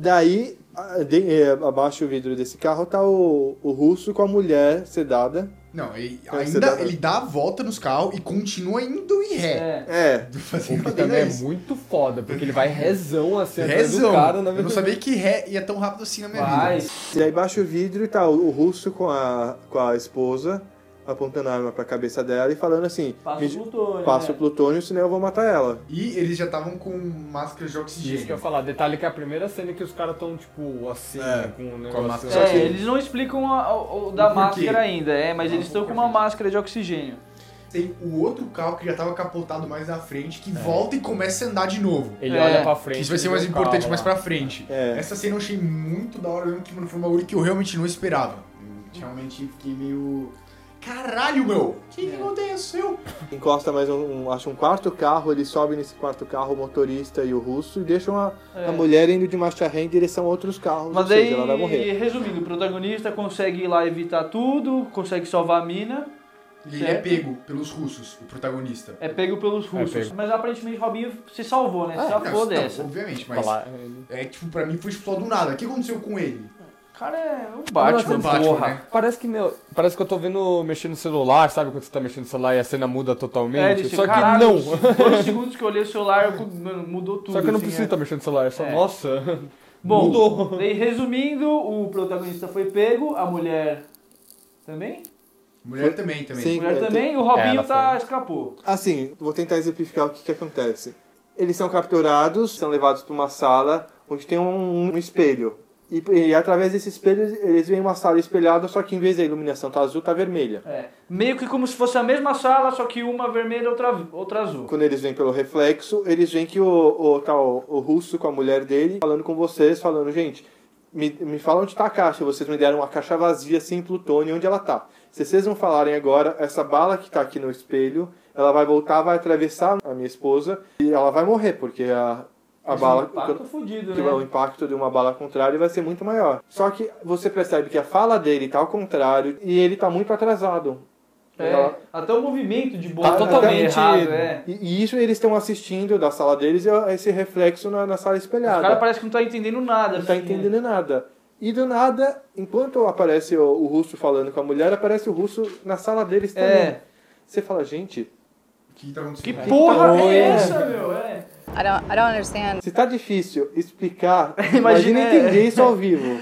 Speaker 2: Daí, a- de- é, abaixo do vidro desse carro tá o, o russo com a mulher sedada.
Speaker 1: Não, e
Speaker 2: Cara, você
Speaker 1: ainda
Speaker 2: dá-
Speaker 1: ele dá a volta nos carros e continua indo em ré.
Speaker 3: É.
Speaker 2: É,
Speaker 1: Fazendo
Speaker 4: O que
Speaker 1: nada
Speaker 4: também é
Speaker 1: disso.
Speaker 4: muito foda, porque ele vai rezão assim atrás do
Speaker 1: Rezão.
Speaker 4: cara na
Speaker 1: eu não
Speaker 4: verdade.
Speaker 1: sabia que ré ia tão rápido assim na minha
Speaker 3: Vai.
Speaker 1: vida.
Speaker 2: E aí baixa o vidro e tá o, o russo com a, com a esposa, apontando a arma pra cabeça dela e falando assim:
Speaker 3: Passa
Speaker 2: "Me
Speaker 3: o
Speaker 2: j-
Speaker 3: plutônio.
Speaker 2: passa
Speaker 3: né?
Speaker 2: o plutônio, senão eu vou matar ela.
Speaker 1: E eles já estavam com máscaras de
Speaker 4: Isso que eu
Speaker 1: oxigênio.
Speaker 4: ia falar, detalhe que é a primeira cena que os caras tão, tipo, assim,
Speaker 1: É,
Speaker 4: né, com o
Speaker 1: com a máscara.
Speaker 4: negócio.
Speaker 1: Só
Speaker 3: é,
Speaker 1: que-
Speaker 3: eles não explicam a- o- o da
Speaker 1: porquê.
Speaker 3: máscara ainda, é, mas eles estão com uma máscara de oxigênio.
Speaker 1: Tem o outro carro que já tava capotado mais na frente, que volta e começa a andar de novo.
Speaker 4: Ele
Speaker 3: É,
Speaker 4: olha pra frente.
Speaker 1: Isso vai ser
Speaker 4: ele
Speaker 1: mais
Speaker 4: vê o
Speaker 1: importante
Speaker 4: carro
Speaker 1: mais
Speaker 4: lá.
Speaker 1: pra frente.
Speaker 2: É.
Speaker 1: Essa cena eu achei muito da hora mesmo, que mano, foi um bagulho que eu realmente não esperava. Eu realmente fiquei meio. Caralho, meu! O que, que aconteceu?
Speaker 2: Encosta mais um, um- acha um quarto carro, ele sobe nesse quarto carro, o motorista e o russo, e deixam a,
Speaker 3: É.
Speaker 2: a mulher indo de marcha ré em direção a outros carros,
Speaker 3: Mas
Speaker 2: ou
Speaker 3: daí,
Speaker 2: seja, ela vai morrer.
Speaker 3: resumindo, o protagonista consegue ir lá evitar tudo, consegue salvar a mina,
Speaker 1: E ele é pego pelos russos, o protagonista.
Speaker 3: é pego pelos russos.
Speaker 4: pego.
Speaker 3: Mas aparentemente Robinho se salvou, né? Se safou
Speaker 1: Ah, Não,
Speaker 3: dessa.
Speaker 1: obviamente, mas.
Speaker 4: Tipo, Falar,
Speaker 1: É tipo, pra mim foi explodido do nada. O que aconteceu com ele?
Speaker 3: O cara é um
Speaker 1: Não,
Speaker 3: Batman.
Speaker 1: não, Batman,
Speaker 4: assim, porra.
Speaker 1: né?
Speaker 4: Parece que, meu, parece que eu tô vendo mexendo no celular, sabe? Quando você tá mexendo no celular e a cena muda
Speaker 3: É,
Speaker 4: totalmente.
Speaker 3: ele disse,
Speaker 4: só que
Speaker 3: "Caralho,
Speaker 4: não.
Speaker 3: os Dois segundos que eu olhei o celular, eu- mano, mudou tudo.
Speaker 4: Só que eu não
Speaker 3: assim,
Speaker 4: preciso
Speaker 3: é.
Speaker 4: estar mexendo no celular, é só,
Speaker 3: É.
Speaker 4: nossa.
Speaker 3: Bom,
Speaker 4: Mudou.
Speaker 3: daí resumindo, o protagonista foi pego, a mulher também?
Speaker 1: Mulher também, também.
Speaker 3: A
Speaker 2: Sim.
Speaker 3: mulher
Speaker 2: É,
Speaker 3: também, o Robinho
Speaker 4: Ela
Speaker 3: tá, escapou.
Speaker 2: Assim, vou tentar exemplificar o que, que acontece. Eles são capturados, são levados para uma sala onde tem um, um espelho. E, e através desse espelho eles veem uma sala espelhada, só que em vez da iluminação tá azul, tá vermelha.
Speaker 3: É. Meio que como se fosse a mesma sala, só que uma vermelha e outra, outra azul.
Speaker 2: Quando eles vêm pelo reflexo, eles veem que o, o, tá o, o russo com a mulher dele falando com vocês, falando, gente, me, me fala onde tá a caixa. Vocês me deram uma caixa vazia sem plutônio, onde ela tá. Se vocês não falarem agora, essa bala que tá aqui no espelho, ela vai voltar, vai atravessar a minha esposa e ela vai morrer, porque a, a bala.
Speaker 3: Impacto fudido,
Speaker 2: que O
Speaker 3: né?
Speaker 2: impacto de uma bala contrária vai ser muito maior. Só que você percebe que a fala dele tá ao contrário e ele tá muito atrasado.
Speaker 3: É, até o movimento de bola
Speaker 2: Tá
Speaker 3: totalmente
Speaker 2: totalmente
Speaker 3: errado, é.
Speaker 2: E, e isso eles estão assistindo da sala deles, e é esse reflexo na, na sala
Speaker 3: O cara
Speaker 2: espelhada.
Speaker 3: parece que não tá entendendo nada.
Speaker 2: Não tá
Speaker 3: assim, né?
Speaker 2: entendendo nada. E do nada, enquanto aparece o, o russo falando com a mulher, aparece o russo na sala deles também.
Speaker 3: É.
Speaker 2: Você fala, gente,
Speaker 1: O que tá acontecendo?
Speaker 3: Que porra
Speaker 2: Oi.
Speaker 3: é essa, meu? É.
Speaker 9: I don't, I don't understand.
Speaker 2: se tá difícil explicar,
Speaker 3: Imagina,
Speaker 2: imagina
Speaker 3: é.
Speaker 2: entender isso ao vivo.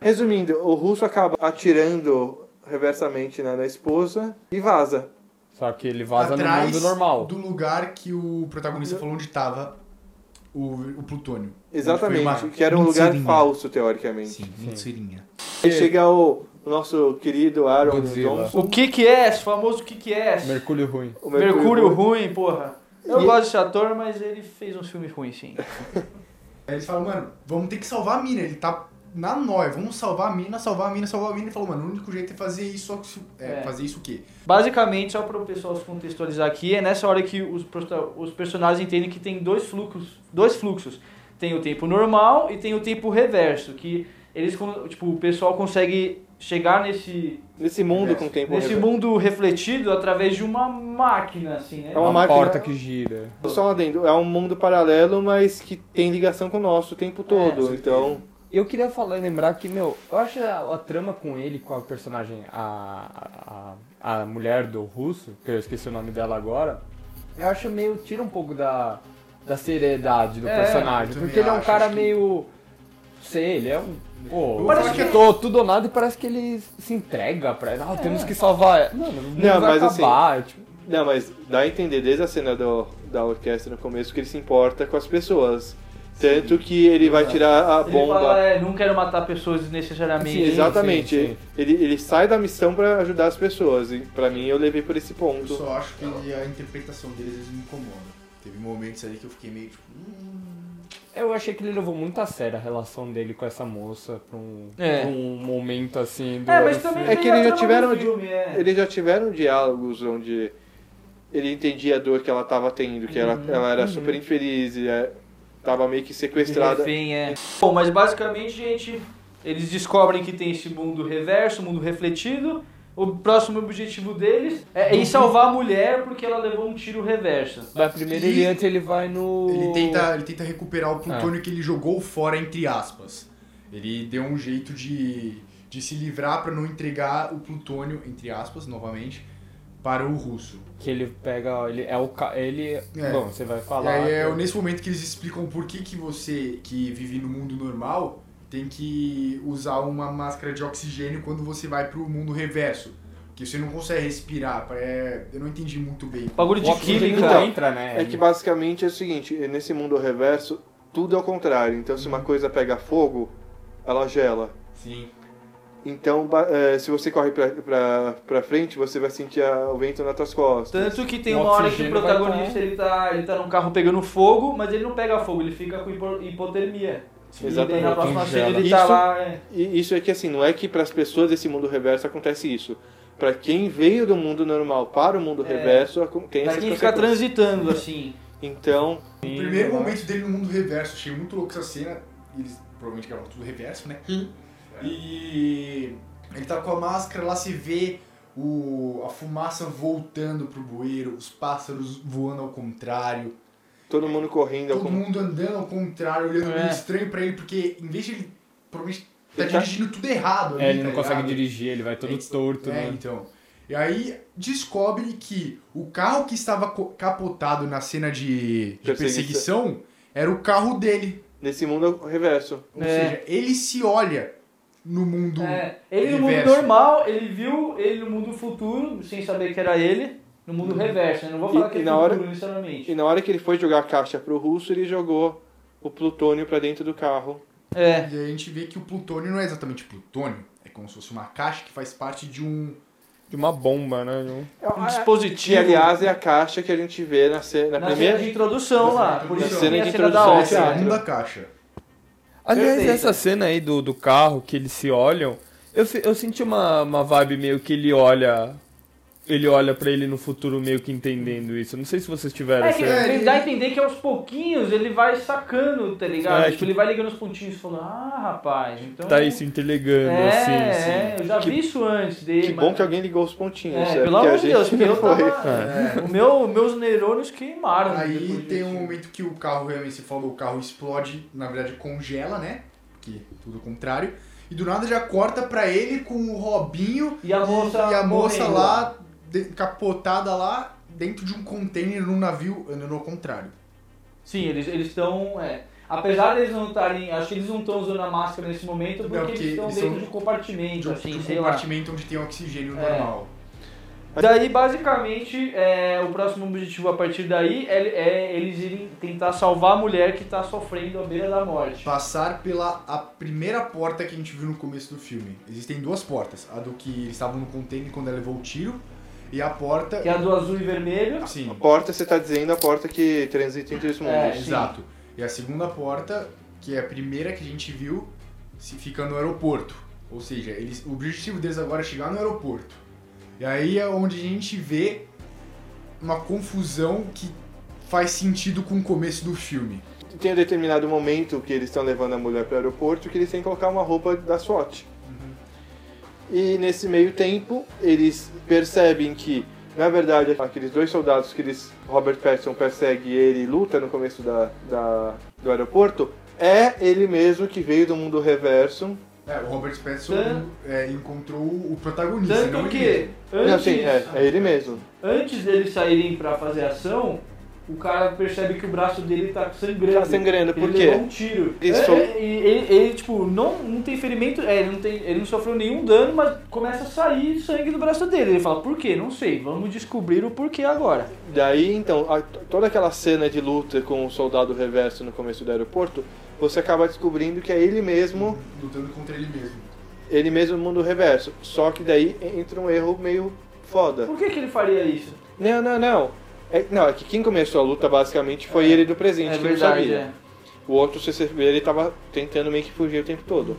Speaker 2: Resumindo, o russo acaba atirando reversamente na- na esposa e vaza.
Speaker 4: Só que ele vaza no
Speaker 1: Atrás
Speaker 4: mundo normal.
Speaker 1: do lugar que o protagonista falou onde tava o, o plutônio. Onde
Speaker 2: Exatamente,
Speaker 1: foi uma-
Speaker 2: que era um lugar
Speaker 7: Mentirinha.
Speaker 2: falso, teoricamente.
Speaker 7: Sim, mentirinha.
Speaker 2: Aí chega o nosso querido Aaron
Speaker 4: Godzilla.
Speaker 2: Johnson,
Speaker 3: O que que é esse famoso que que é esse?
Speaker 4: Mercúrio ruim.
Speaker 2: o
Speaker 3: Mercúrio,
Speaker 2: Russo,
Speaker 3: ruim, porra. Eu
Speaker 2: E-
Speaker 3: gosto desse ator, mas ele fez uns filmes ruins, sim.
Speaker 1: Aí eles falam, mano, vamos ter que salvar a mina. Ele tá na nóia, vamos salvar a mina, salvar a mina, salvar a mina. Ele falou, mano, o único jeito é fazer isso. É,
Speaker 3: É.
Speaker 1: fazer isso o quê?
Speaker 3: Basicamente, só para o pessoal se contextualizar aqui, é nessa hora que os, prota- os personagens entendem que tem dois fluxos, dois fluxos. Tem o tempo normal e tem o tempo reverso, que eles con- tipo, o pessoal consegue chegar nesse,
Speaker 2: É Nesse mundo contemporâneo.
Speaker 3: nesse mundo refletido através de uma máquina, assim, né?
Speaker 2: É uma
Speaker 4: Uma
Speaker 2: máquina.
Speaker 4: porta que gira.
Speaker 2: Só um adendo, é um mundo paralelo, mas que tem ligação com o nosso o tempo todo. então,
Speaker 4: Eu queria falar, lembrar que, meu, eu acho a, a trama com ele, com a personagem, a, a, a mulher do russo, que eu esqueci o nome dela agora, eu acho meio, tira um pouco da, da seriedade do
Speaker 3: É,
Speaker 1: eu
Speaker 4: personagem,
Speaker 1: também
Speaker 4: porque ele é um
Speaker 1: acho,
Speaker 4: cara
Speaker 1: acho que-
Speaker 4: meio, sei, ele é um... Pô,
Speaker 1: Parece
Speaker 4: parece que
Speaker 1: que- É.
Speaker 4: tô tudo ou nada e parece que ele se entrega pra. Ah, temos que salvar. Mano, o mundo
Speaker 2: Não,
Speaker 4: vai
Speaker 2: mas assim-
Speaker 4: acabar. Tipo,
Speaker 2: não, mas dá a entender desde a cena do, da orquestra no começo que ele se importa com as pessoas. Tanto que ele vai tirar a
Speaker 3: Ele fala,
Speaker 2: bomba.
Speaker 3: é, não quero matar pessoas desnecessariamente.
Speaker 4: Sim,
Speaker 2: Exatamente.
Speaker 4: sim, sim.
Speaker 2: Ele, ele sai da missão pra ajudar as pessoas. E pra mim eu levei por esse
Speaker 1: Eu
Speaker 2: ponto.
Speaker 1: só acho que ele- a interpretação deles às vezes, me incomoda. Teve momentos ali que eu fiquei meio tipo.
Speaker 4: eu achei que ele levou muito a sério a relação dele com essa moça pra um,
Speaker 3: É.
Speaker 4: pra um momento assim.
Speaker 3: É, mas
Speaker 4: durante-
Speaker 3: também
Speaker 2: É
Speaker 3: tem
Speaker 2: que
Speaker 3: a
Speaker 2: eles
Speaker 3: trama
Speaker 2: já
Speaker 3: do
Speaker 2: tiveram de-
Speaker 3: filme, é.
Speaker 2: Eles já tiveram diálogos onde ele entendia a dor que ela tava tendo, que ela, ela era super infeliz e é, tava meio que sequestrada.
Speaker 3: Refém, é. Bom, mas basicamente, gente, eles descobrem que tem esse mundo reverso, mundo refletido. O próximo objetivo deles é ir salvar a mulher porque ela levou um tiro reverso.
Speaker 4: Vai primeiro
Speaker 1: E-
Speaker 4: ele antes ele vai no.
Speaker 1: Ele tenta, ele tenta recuperar o plutônio que ele jogou fora, entre aspas. Ele deu um jeito de, de se livrar pra não entregar o plutônio, entre aspas, novamente, para o russo.
Speaker 4: Que ele pega. Ele é o. ca- Ele. Bom, você vai
Speaker 1: É. E
Speaker 4: falar. né?
Speaker 1: aí é nesse momento que eles explicam por que, que você, que vive no mundo normal, tem que usar uma máscara de oxigênio quando você vai pro mundo reverso. Que você não consegue respirar. é- Eu não entendi muito bem.
Speaker 3: Bagulho de
Speaker 4: O oxigênio
Speaker 3: química.
Speaker 1: então.
Speaker 4: não entra, né?
Speaker 2: É que basicamente é o seguinte, nesse mundo reverso, tudo é ao contrário. Então se
Speaker 3: Uhum.
Speaker 2: uma coisa pega fogo, ela gela.
Speaker 1: Sim.
Speaker 2: Então ba- eh, se você corre pra, pra, pra frente, você vai sentir a- o vento nas suas costas.
Speaker 3: Tanto que tem
Speaker 4: O
Speaker 3: uma hora que o
Speaker 4: oxigênio vai
Speaker 3: protagonista ele tá, ele tá num carro pegando fogo, mas ele não pega fogo, ele fica com hipo- hipotermia. E daí na
Speaker 2: Exatamente.
Speaker 3: próxima cena ele
Speaker 2: Isso-
Speaker 3: tá lá. é.
Speaker 2: E isso é que assim, não é que para as pessoas desse mundo reverso acontece isso. Pra quem veio do mundo normal para o mundo
Speaker 3: É.
Speaker 2: reverso, acon- tem
Speaker 3: Pra
Speaker 2: essas
Speaker 3: quem fica
Speaker 2: consequências.
Speaker 3: transitando, assim.
Speaker 2: Então,
Speaker 1: O primeiro momento dele no mundo reverso, achei muito louco essa cena. Eles provavelmente gravaram tudo reverso, né?
Speaker 4: Hum.
Speaker 2: É.
Speaker 1: E ele tá com a máscara, lá se vê o, a fumaça voltando pro bueiro, os pássaros voando ao contrário,
Speaker 2: todo mundo correndo
Speaker 3: Uhum.
Speaker 2: ao
Speaker 1: todo
Speaker 2: con-
Speaker 1: mundo andando ao contrário, olhando
Speaker 4: É.
Speaker 1: meio estranho pra ele, porque em vez de ele provavelmente tá
Speaker 2: Ele tá-
Speaker 1: dirigindo tudo errado. ali,
Speaker 4: É, ele não
Speaker 1: tá
Speaker 4: consegue
Speaker 1: ligado?
Speaker 4: dirigir, ele vai todo
Speaker 1: É,
Speaker 4: torto,
Speaker 1: É,
Speaker 4: né?
Speaker 1: então. E aí descobre que o carro que estava co- capotado na cena de, de
Speaker 2: Perseguição.
Speaker 1: perseguição era o carro dele.
Speaker 2: nesse mundo reverso.
Speaker 1: Ou
Speaker 3: É.
Speaker 1: seja, ele se olha no mundo.
Speaker 3: É, ele no mundo
Speaker 1: Reverso.
Speaker 3: normal, ele viu ele no mundo futuro, sem saber que era ele, no mundo reverso, né? Não vou
Speaker 2: Uhum. E-
Speaker 3: falar que
Speaker 2: e
Speaker 3: é
Speaker 2: na
Speaker 3: futuro,
Speaker 2: hora-
Speaker 3: necessariamente.
Speaker 2: E na hora que ele foi jogar a caixa pro russo, ele jogou o plutônio pra dentro do carro.
Speaker 3: É,
Speaker 1: E aí a gente vê que o plutônio não é exatamente plutônio. É como se fosse uma caixa que faz parte de um.
Speaker 10: De uma bomba, né? de um-
Speaker 3: um
Speaker 2: Que,
Speaker 3: dispositivo.
Speaker 2: aliás, é a caixa que a gente vê na, ce- na
Speaker 3: na
Speaker 2: primeira.
Speaker 3: cena de introdução lá, por
Speaker 1: Na
Speaker 3: isso
Speaker 2: é cena
Speaker 3: tem
Speaker 2: de
Speaker 3: a cena da
Speaker 2: introdução, né?
Speaker 1: Essa é
Speaker 3: ópera.
Speaker 1: a segunda caixa.
Speaker 10: Aliás,
Speaker 3: Perfeito.
Speaker 10: essa cena aí do, do carro que eles se olham, eu, se- eu senti uma, uma vibe meio que ele olha. Ele olha pra ele no futuro meio que entendendo isso. Não sei se vocês tiveram
Speaker 3: É
Speaker 10: essa.
Speaker 3: que ele dá a entender que aos pouquinhos ele vai sacando, tá ligado?
Speaker 10: É,
Speaker 3: tipo,
Speaker 10: que-
Speaker 3: ele vai ligando os pontinhos e falando, ah, rapaz, então...
Speaker 10: Tá isso interligando,
Speaker 3: é,
Speaker 10: assim, assim.
Speaker 3: é, eu já vi isso antes dele.
Speaker 2: Que
Speaker 3: mas-
Speaker 2: bom que alguém ligou os pontinhos.
Speaker 3: É,
Speaker 2: é,
Speaker 3: pelo
Speaker 2: porque a
Speaker 3: amor de
Speaker 2: gente
Speaker 3: Deus, porque
Speaker 2: não
Speaker 3: eu tava...
Speaker 2: foi.
Speaker 1: É.
Speaker 3: O meu, meus neurônios queimaram.
Speaker 1: Aí
Speaker 3: Ah,
Speaker 1: tem
Speaker 3: depois disso.
Speaker 1: um momento que o carro, realmente, você falou, o carro explode, na verdade congela, né? Porque tudo ao contrário. E do nada já corta pra ele com o Robinho
Speaker 3: E a moça,
Speaker 1: e a moça
Speaker 3: Tá morrendo
Speaker 1: lá, de- capotada lá, dentro de um container num navio andando ao contrário.
Speaker 3: Sim, eles estão. é, apesar deles não estarem. Acho que eles não estão usando a máscara nesse momento porque,
Speaker 1: Não, porque
Speaker 3: eles estão
Speaker 1: eles
Speaker 3: dentro
Speaker 1: são-
Speaker 3: de um compartimento,
Speaker 1: De um-
Speaker 3: assim,
Speaker 1: de um
Speaker 3: sei lá.
Speaker 1: compartimento onde tem oxigênio
Speaker 3: É.
Speaker 1: normal.
Speaker 3: Daí, basicamente, é, o próximo objetivo a partir daí é, é eles irem tentar salvar a mulher que está sofrendo à beira da morte.
Speaker 1: Passar pela a primeira porta que a gente viu no começo do filme. Existem duas portas. A do que eles estavam no container quando ela levou o tiro. E a porta.
Speaker 3: Que é a do azul e vermelho.
Speaker 1: Sim,
Speaker 2: A porta, você tá dizendo, a porta que transita entre os mundos.
Speaker 3: É, sim.
Speaker 1: exato. E a segunda porta, que é a primeira que a gente viu, se fica no aeroporto. Ou seja, eles, o objetivo deles agora é chegar no aeroporto. E aí é onde a gente vê uma confusão que faz sentido com o começo do filme.
Speaker 2: Tem um determinado
Speaker 3: Uhum.
Speaker 2: momento que eles estão levando a mulher para o aeroporto que eles têm que colocar uma roupa da SWAT. E nesse meio tempo, eles percebem que, na verdade, aqueles dois soldados que eles, Robert Pattinson persegue ele e luta no começo da, da- do aeroporto, é ele mesmo que veio do mundo reverso.
Speaker 1: É, o Robert Pattinson
Speaker 3: Tan-
Speaker 1: é, encontrou o protagonista. não
Speaker 3: Tanto
Speaker 1: ele
Speaker 3: que,
Speaker 1: é um mesmo.
Speaker 2: Não,
Speaker 3: antes,
Speaker 2: sim, é, é ele mesmo.
Speaker 3: antes deles saírem pra fazer ação, o cara percebe que o braço dele tá sangrando.
Speaker 2: Tá sangrando, por
Speaker 3: ele
Speaker 2: quê?
Speaker 3: levou um tiro.
Speaker 2: Ele
Speaker 3: É,
Speaker 2: só-
Speaker 3: é, e ele, ele, tipo, não, não tem ferimento, é, ele, não tem, ele não sofreu nenhum dano, mas começa a sair sangue do braço dele. Ele fala, por quê? Não sei, vamos descobrir o porquê agora.
Speaker 2: Daí, então, a- t- toda aquela cena de luta com o soldado reverso no começo do aeroporto, você acaba descobrindo que é ele mesmo
Speaker 1: Lutando contra ele mesmo.
Speaker 2: ele mesmo no mundo reverso. Só que daí entra um erro meio foda.
Speaker 3: Por que, que ele faria isso?
Speaker 2: Não, não, não. É, não, é que quem começou a luta basicamente foi ele do presente, que não sabia.
Speaker 3: é.
Speaker 2: O outro CCB ele tava tentando meio que fugir o tempo todo.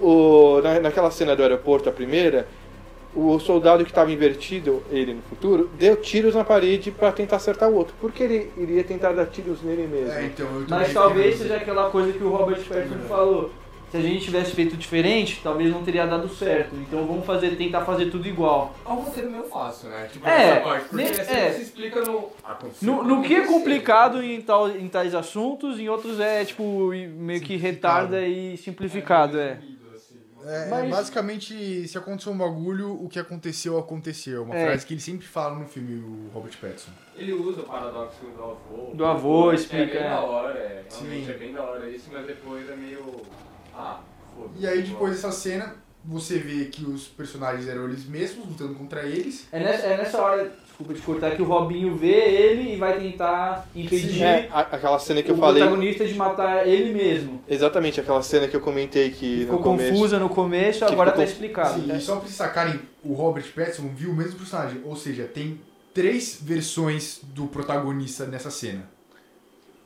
Speaker 2: O, na, naquela cena do aeroporto, a primeira, o soldado que tava invertido, ele no futuro, deu tiros na parede para tentar acertar o outro. Porque ele iria tentar dar tiros nele mesmo.
Speaker 1: É, então, eu também
Speaker 3: Mas talvez
Speaker 1: fiquei-
Speaker 3: seja aquela coisa que o Robert Pattinson
Speaker 2: É.
Speaker 3: falou. Se a gente tivesse feito diferente, talvez não teria dado certo. Então vamos fazer, tentar fazer tudo igual.
Speaker 7: É um roteiro meio fácil, né? Tipo,
Speaker 3: É,
Speaker 7: essa parte. Porque
Speaker 3: né,
Speaker 7: assim,
Speaker 3: é.
Speaker 7: se explica no... Aconteceu,
Speaker 3: No, no que é
Speaker 7: aconteceu.
Speaker 3: complicado em, tal, em tais assuntos, em outros é tipo e- meio que retarda e simplificado, é.
Speaker 1: É,
Speaker 3: Mas-
Speaker 1: Basicamente, se aconteceu um bagulho, o que aconteceu, aconteceu. Uma
Speaker 3: É.
Speaker 1: frase que ele sempre fala no filme, o Robert Pattinson.
Speaker 7: Ele usa o paradoxo do avô.
Speaker 3: Do avô,
Speaker 7: É
Speaker 3: explica,
Speaker 7: bem
Speaker 3: é.
Speaker 7: da hora, é. Realmente
Speaker 1: Sim.
Speaker 7: é bem da hora isso, mas depois é meio... Ah, foda-se.
Speaker 1: E aí, depois dessa cena, você vê que os personagens eram eles mesmos, lutando contra eles.
Speaker 3: É nessa, é nessa hora, desculpa te cortar, que o Robinho vê ele e vai tentar impedir
Speaker 2: É, a- aquela cena que eu
Speaker 3: o
Speaker 2: falei.
Speaker 3: protagonista de matar ele mesmo.
Speaker 2: Exatamente, aquela cena que eu comentei que
Speaker 3: Ficou
Speaker 2: no começo.
Speaker 3: confusa no começo,
Speaker 2: Que
Speaker 3: agora tá
Speaker 2: ficou
Speaker 3: explicado.
Speaker 1: Sim, e só pra vocês sacarem, o Robert Pattinson viu o mesmo personagem. Ou seja, tem três versões do protagonista nessa cena.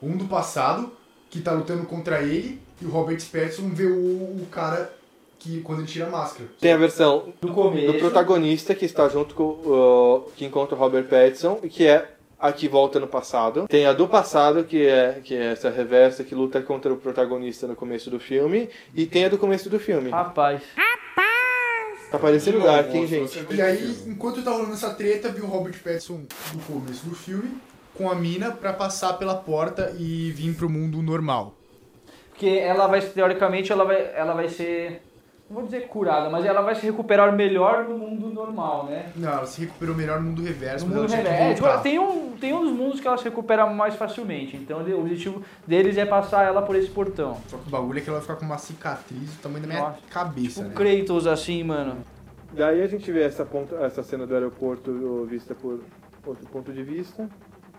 Speaker 1: Um do passado, que tá lutando contra ele, e o Robert Pattinson vê o, o cara que quando ele tira a máscara.
Speaker 2: Tem a versão
Speaker 3: No começo.
Speaker 2: do protagonista que está junto com o- que encontra o Robert Pattinson e que é a que volta no passado. Tem a do passado que é que é essa reversa que luta contra o protagonista no começo do filme e tem a do começo do filme.
Speaker 3: Rapaz.
Speaker 2: Tá parecendo Dark, hein, gente?
Speaker 1: E aí, enquanto tá rolando essa treta, viu o Robert Pattinson no começo do filme com a mina pra passar pela porta e vir pro mundo normal.
Speaker 3: Porque ela vai, teoricamente, ela vai, ela vai ser. Não vou dizer curada, mas ela vai se recuperar melhor no mundo normal, né?
Speaker 1: Não, ela se recuperou melhor no mundo reverso,
Speaker 3: No
Speaker 1: mas
Speaker 3: mundo
Speaker 1: ela tinha que
Speaker 3: reverso. É, tipo,
Speaker 1: voltar.
Speaker 3: ela tem, um, tem um dos mundos que ela se recupera mais facilmente. Então ele- o objetivo deles é passar ela por esse portão.
Speaker 1: Só que o bagulho é que ela vai ficar com uma cicatriz do tamanho da minha
Speaker 3: Nossa.
Speaker 1: cabeça,
Speaker 2: é
Speaker 3: Tipo
Speaker 1: né?
Speaker 3: Kratos assim, mano.
Speaker 2: Daí a gente vê essa ponta, essa cena do aeroporto vista por outro ponto de vista.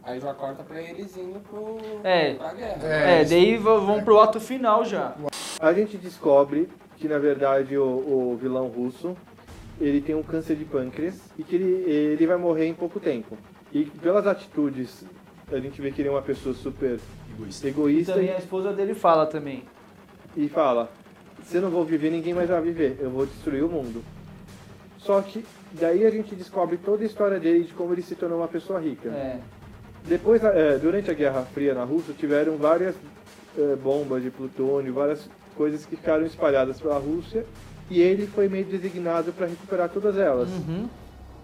Speaker 7: Aí já corta pra eles indo pro...
Speaker 3: É.
Speaker 7: pra guerra.
Speaker 3: É,
Speaker 1: É,
Speaker 3: daí v- vão pro ato final já.
Speaker 2: A gente descobre que na verdade o, o vilão russo ele tem um câncer de pâncreas e que ele, ele vai morrer em pouco tempo. E pelas atitudes a gente vê que ele é uma pessoa super
Speaker 1: egoísta.
Speaker 3: E
Speaker 2: egoísta
Speaker 3: também é. a
Speaker 2: e,
Speaker 3: esposa dele fala também.
Speaker 2: e fala: "Se eu não vou viver, ninguém mais vai viver. Eu vou destruir o mundo". Só que daí a gente descobre toda a história dele de como ele se tornou uma pessoa rica.
Speaker 3: É.
Speaker 2: Depois, eh, durante a Guerra Fria na Rússia, tiveram várias eh, bombas de plutônio, várias coisas que ficaram espalhadas pela Rússia, e ele foi meio designado para recuperar todas elas.
Speaker 3: Uhum.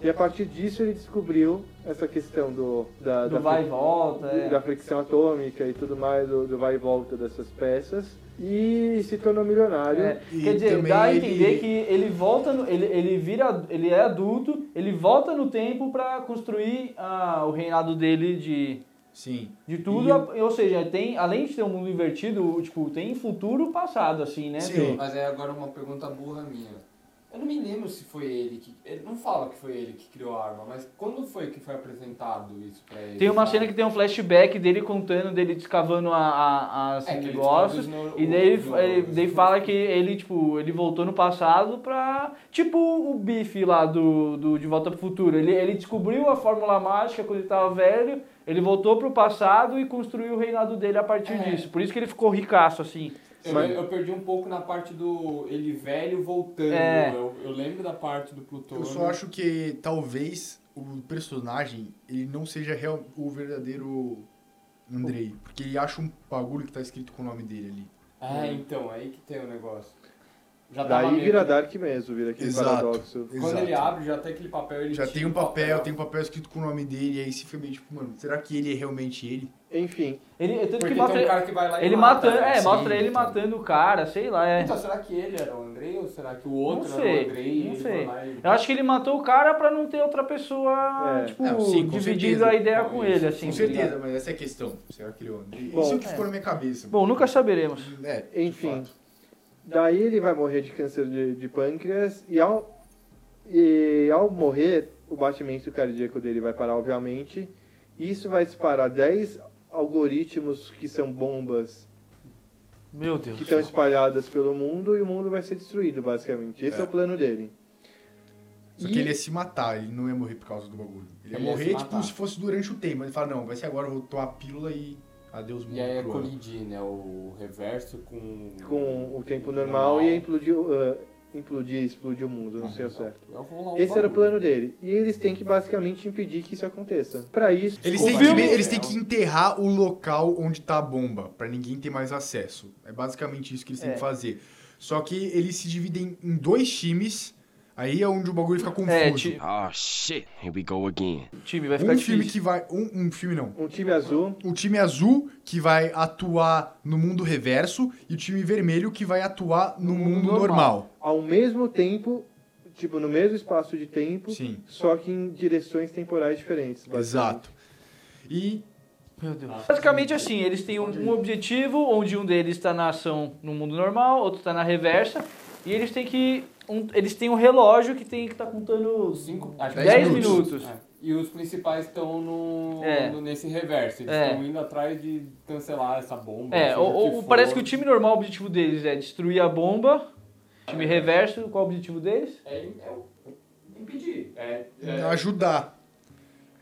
Speaker 2: E a partir disso ele descobriu essa questão do da,
Speaker 3: Do
Speaker 2: da
Speaker 3: vai e
Speaker 2: fri-
Speaker 3: volta, é.
Speaker 2: da fricção atômica e tudo mais, do, do vai e volta dessas peças, e se tornou milionário.
Speaker 3: É,
Speaker 1: E
Speaker 3: quer dizer,
Speaker 1: também
Speaker 3: dá a
Speaker 1: ele-
Speaker 3: entender que ele volta, no, ele, ele vira, ele é adulto, ele volta no tempo pra construir ah, o reinado dele de,
Speaker 1: Sim.
Speaker 3: de tudo,
Speaker 1: E
Speaker 3: a- ou seja, tem, além de ter um mundo invertido, o, tipo, tem futuro passado, assim, né?
Speaker 1: Sim.
Speaker 7: Mas é agora uma pergunta burra minha. Eu não me lembro se foi ele que... Ele não fala que foi ele que criou a arma, mas quando foi que foi apresentado isso pra ele?
Speaker 3: Tem uma cena que tem um flashback dele contando, dele descavando a, a, as
Speaker 7: É, que ele
Speaker 3: negócios,
Speaker 7: descobre os no-
Speaker 3: e daí ele,
Speaker 7: os
Speaker 3: fa- ele-
Speaker 7: no-
Speaker 3: daí fala que ele, tipo, ele voltou no passado pra... Tipo o Biff lá do, do De Volta pro Futuro. Ele, ele descobriu a fórmula mágica quando ele tava velho, ele voltou pro passado e construiu o reinado dele a partir
Speaker 7: É.
Speaker 3: disso. Por isso que ele ficou ricaço, assim.
Speaker 7: Eu, eu perdi um pouco na parte do ele velho voltando.
Speaker 3: É.
Speaker 7: Eu, eu lembro da parte do Plutônio.
Speaker 1: Eu só acho que talvez o personagem ele não seja real, o verdadeiro Andrei.
Speaker 7: É,
Speaker 1: Porque ele acha um bagulho que tá escrito com o nome dele ali.
Speaker 7: Ah, então, aí que tem o negócio. Já tava
Speaker 2: Daí
Speaker 7: meio
Speaker 2: vira
Speaker 3: né?
Speaker 7: que-
Speaker 2: Dark mesmo, vira aquele
Speaker 1: Exato.
Speaker 2: paradoxo.
Speaker 7: Quando ele abre, já tem aquele papel, ele
Speaker 1: Já
Speaker 7: tira
Speaker 1: tem um
Speaker 7: o
Speaker 1: papel, tem um papel escrito com o nome dele, e aí se filme tipo, mano, será que ele é realmente ele?
Speaker 2: Enfim,
Speaker 3: Ele, é tanto que
Speaker 7: Porque tem
Speaker 3: mostra,
Speaker 7: um cara que vai lá e
Speaker 3: ele
Speaker 7: mata,
Speaker 3: matando, é,
Speaker 7: né?
Speaker 3: mostra
Speaker 1: Sim,
Speaker 3: ele
Speaker 1: então.
Speaker 3: matando o cara, sei lá, é.
Speaker 7: Então, será que ele era o Andrei ou será que o outro
Speaker 3: Não
Speaker 7: era
Speaker 3: sei,
Speaker 7: o Andrei?
Speaker 3: não
Speaker 7: e ele
Speaker 3: sei. É
Speaker 7: foi lá e-
Speaker 3: Eu acho que ele matou o cara pra não ter outra pessoa,
Speaker 2: É.
Speaker 3: tipo,
Speaker 1: Não, sim, com
Speaker 3: dividindo
Speaker 1: certeza.
Speaker 3: a ideia
Speaker 7: Não,
Speaker 3: com
Speaker 7: isso,
Speaker 3: ele, assim.
Speaker 1: Com
Speaker 3: tá
Speaker 1: certeza,
Speaker 3: ligado?
Speaker 1: mas essa é a questão. Será que ele é o André?
Speaker 2: Bom,
Speaker 1: Isso que ficou na minha cabeça.
Speaker 3: Bom, nunca saberemos.
Speaker 1: É,
Speaker 2: enfim. Daí ele vai morrer de câncer de, de pâncreas e ao, e ao morrer, o batimento cardíaco dele vai parar, obviamente. E isso vai disparar 10 algoritmos que são bombas
Speaker 3: Meu Deus.
Speaker 2: que estão espalhadas pelo mundo e o mundo vai ser destruído, basicamente. Esse é,
Speaker 1: É.
Speaker 2: o plano dele.
Speaker 1: Só
Speaker 2: E-
Speaker 1: que ele ia se matar, ele não ia morrer por causa do bagulho. Ele ia
Speaker 7: Ele ia
Speaker 1: morrer,
Speaker 7: se
Speaker 1: tipo,
Speaker 7: matar.
Speaker 1: se fosse durante o tempo. Mas ele fala, não, vai ser agora, eu vou tomar a pílula e adeus mundo
Speaker 7: E aí é
Speaker 1: cruel.
Speaker 7: colidir, né? O reverso com.
Speaker 2: com o tempo normal e implodir, ah, implodir, explodir o mundo, não sei o certo.
Speaker 7: Eu vou lá um
Speaker 2: é. Esse era o
Speaker 7: bagulho.
Speaker 2: plano dele. E eles têm que basicamente impedir que isso aconteça. Pra isso, um
Speaker 1: Eles
Speaker 2: o
Speaker 1: têm, que,
Speaker 2: filme-
Speaker 1: eles têm que enterrar o local onde tá a bomba, pra ninguém ter mais acesso. É basicamente isso que eles têm
Speaker 3: É.
Speaker 1: que fazer. Só que eles se dividem em dois times, aí é onde o bagulho fica confuso.
Speaker 3: É, ti-
Speaker 8: Oh shit, here we go again.
Speaker 3: time, vai ficar
Speaker 1: um
Speaker 3: difícil.
Speaker 1: time que vai. Um, um filme não.
Speaker 2: um time azul,
Speaker 1: O time azul que vai atuar no mundo reverso e o time vermelho que vai atuar no, mundo, normal.
Speaker 2: ao mesmo tempo, tipo, no mesmo espaço de tempo,
Speaker 1: Sim.
Speaker 2: só que em direções temporais diferentes. basicamente.
Speaker 1: Exato. E
Speaker 3: Meu Deus. Basicamente assim, eles têm um, um objetivo onde um deles está na ação no mundo normal, outro está na reversa, e eles têm que um- eles têm um relógio que tem que estar contando
Speaker 7: Cinco, acho que
Speaker 1: Dez
Speaker 7: dez
Speaker 3: minutos.
Speaker 7: É. E os principais estão no,
Speaker 3: É.
Speaker 7: no- nesse reverso. Eles
Speaker 3: É.
Speaker 7: estão indo atrás de cancelar essa bomba.
Speaker 3: É,
Speaker 7: seja
Speaker 3: ou, ou
Speaker 7: for.
Speaker 3: parece que o time normal, o objetivo deles é destruir a bomba. Time reverso, qual o objetivo deles?
Speaker 7: É, é o- impedir. É, é,
Speaker 1: ajudar.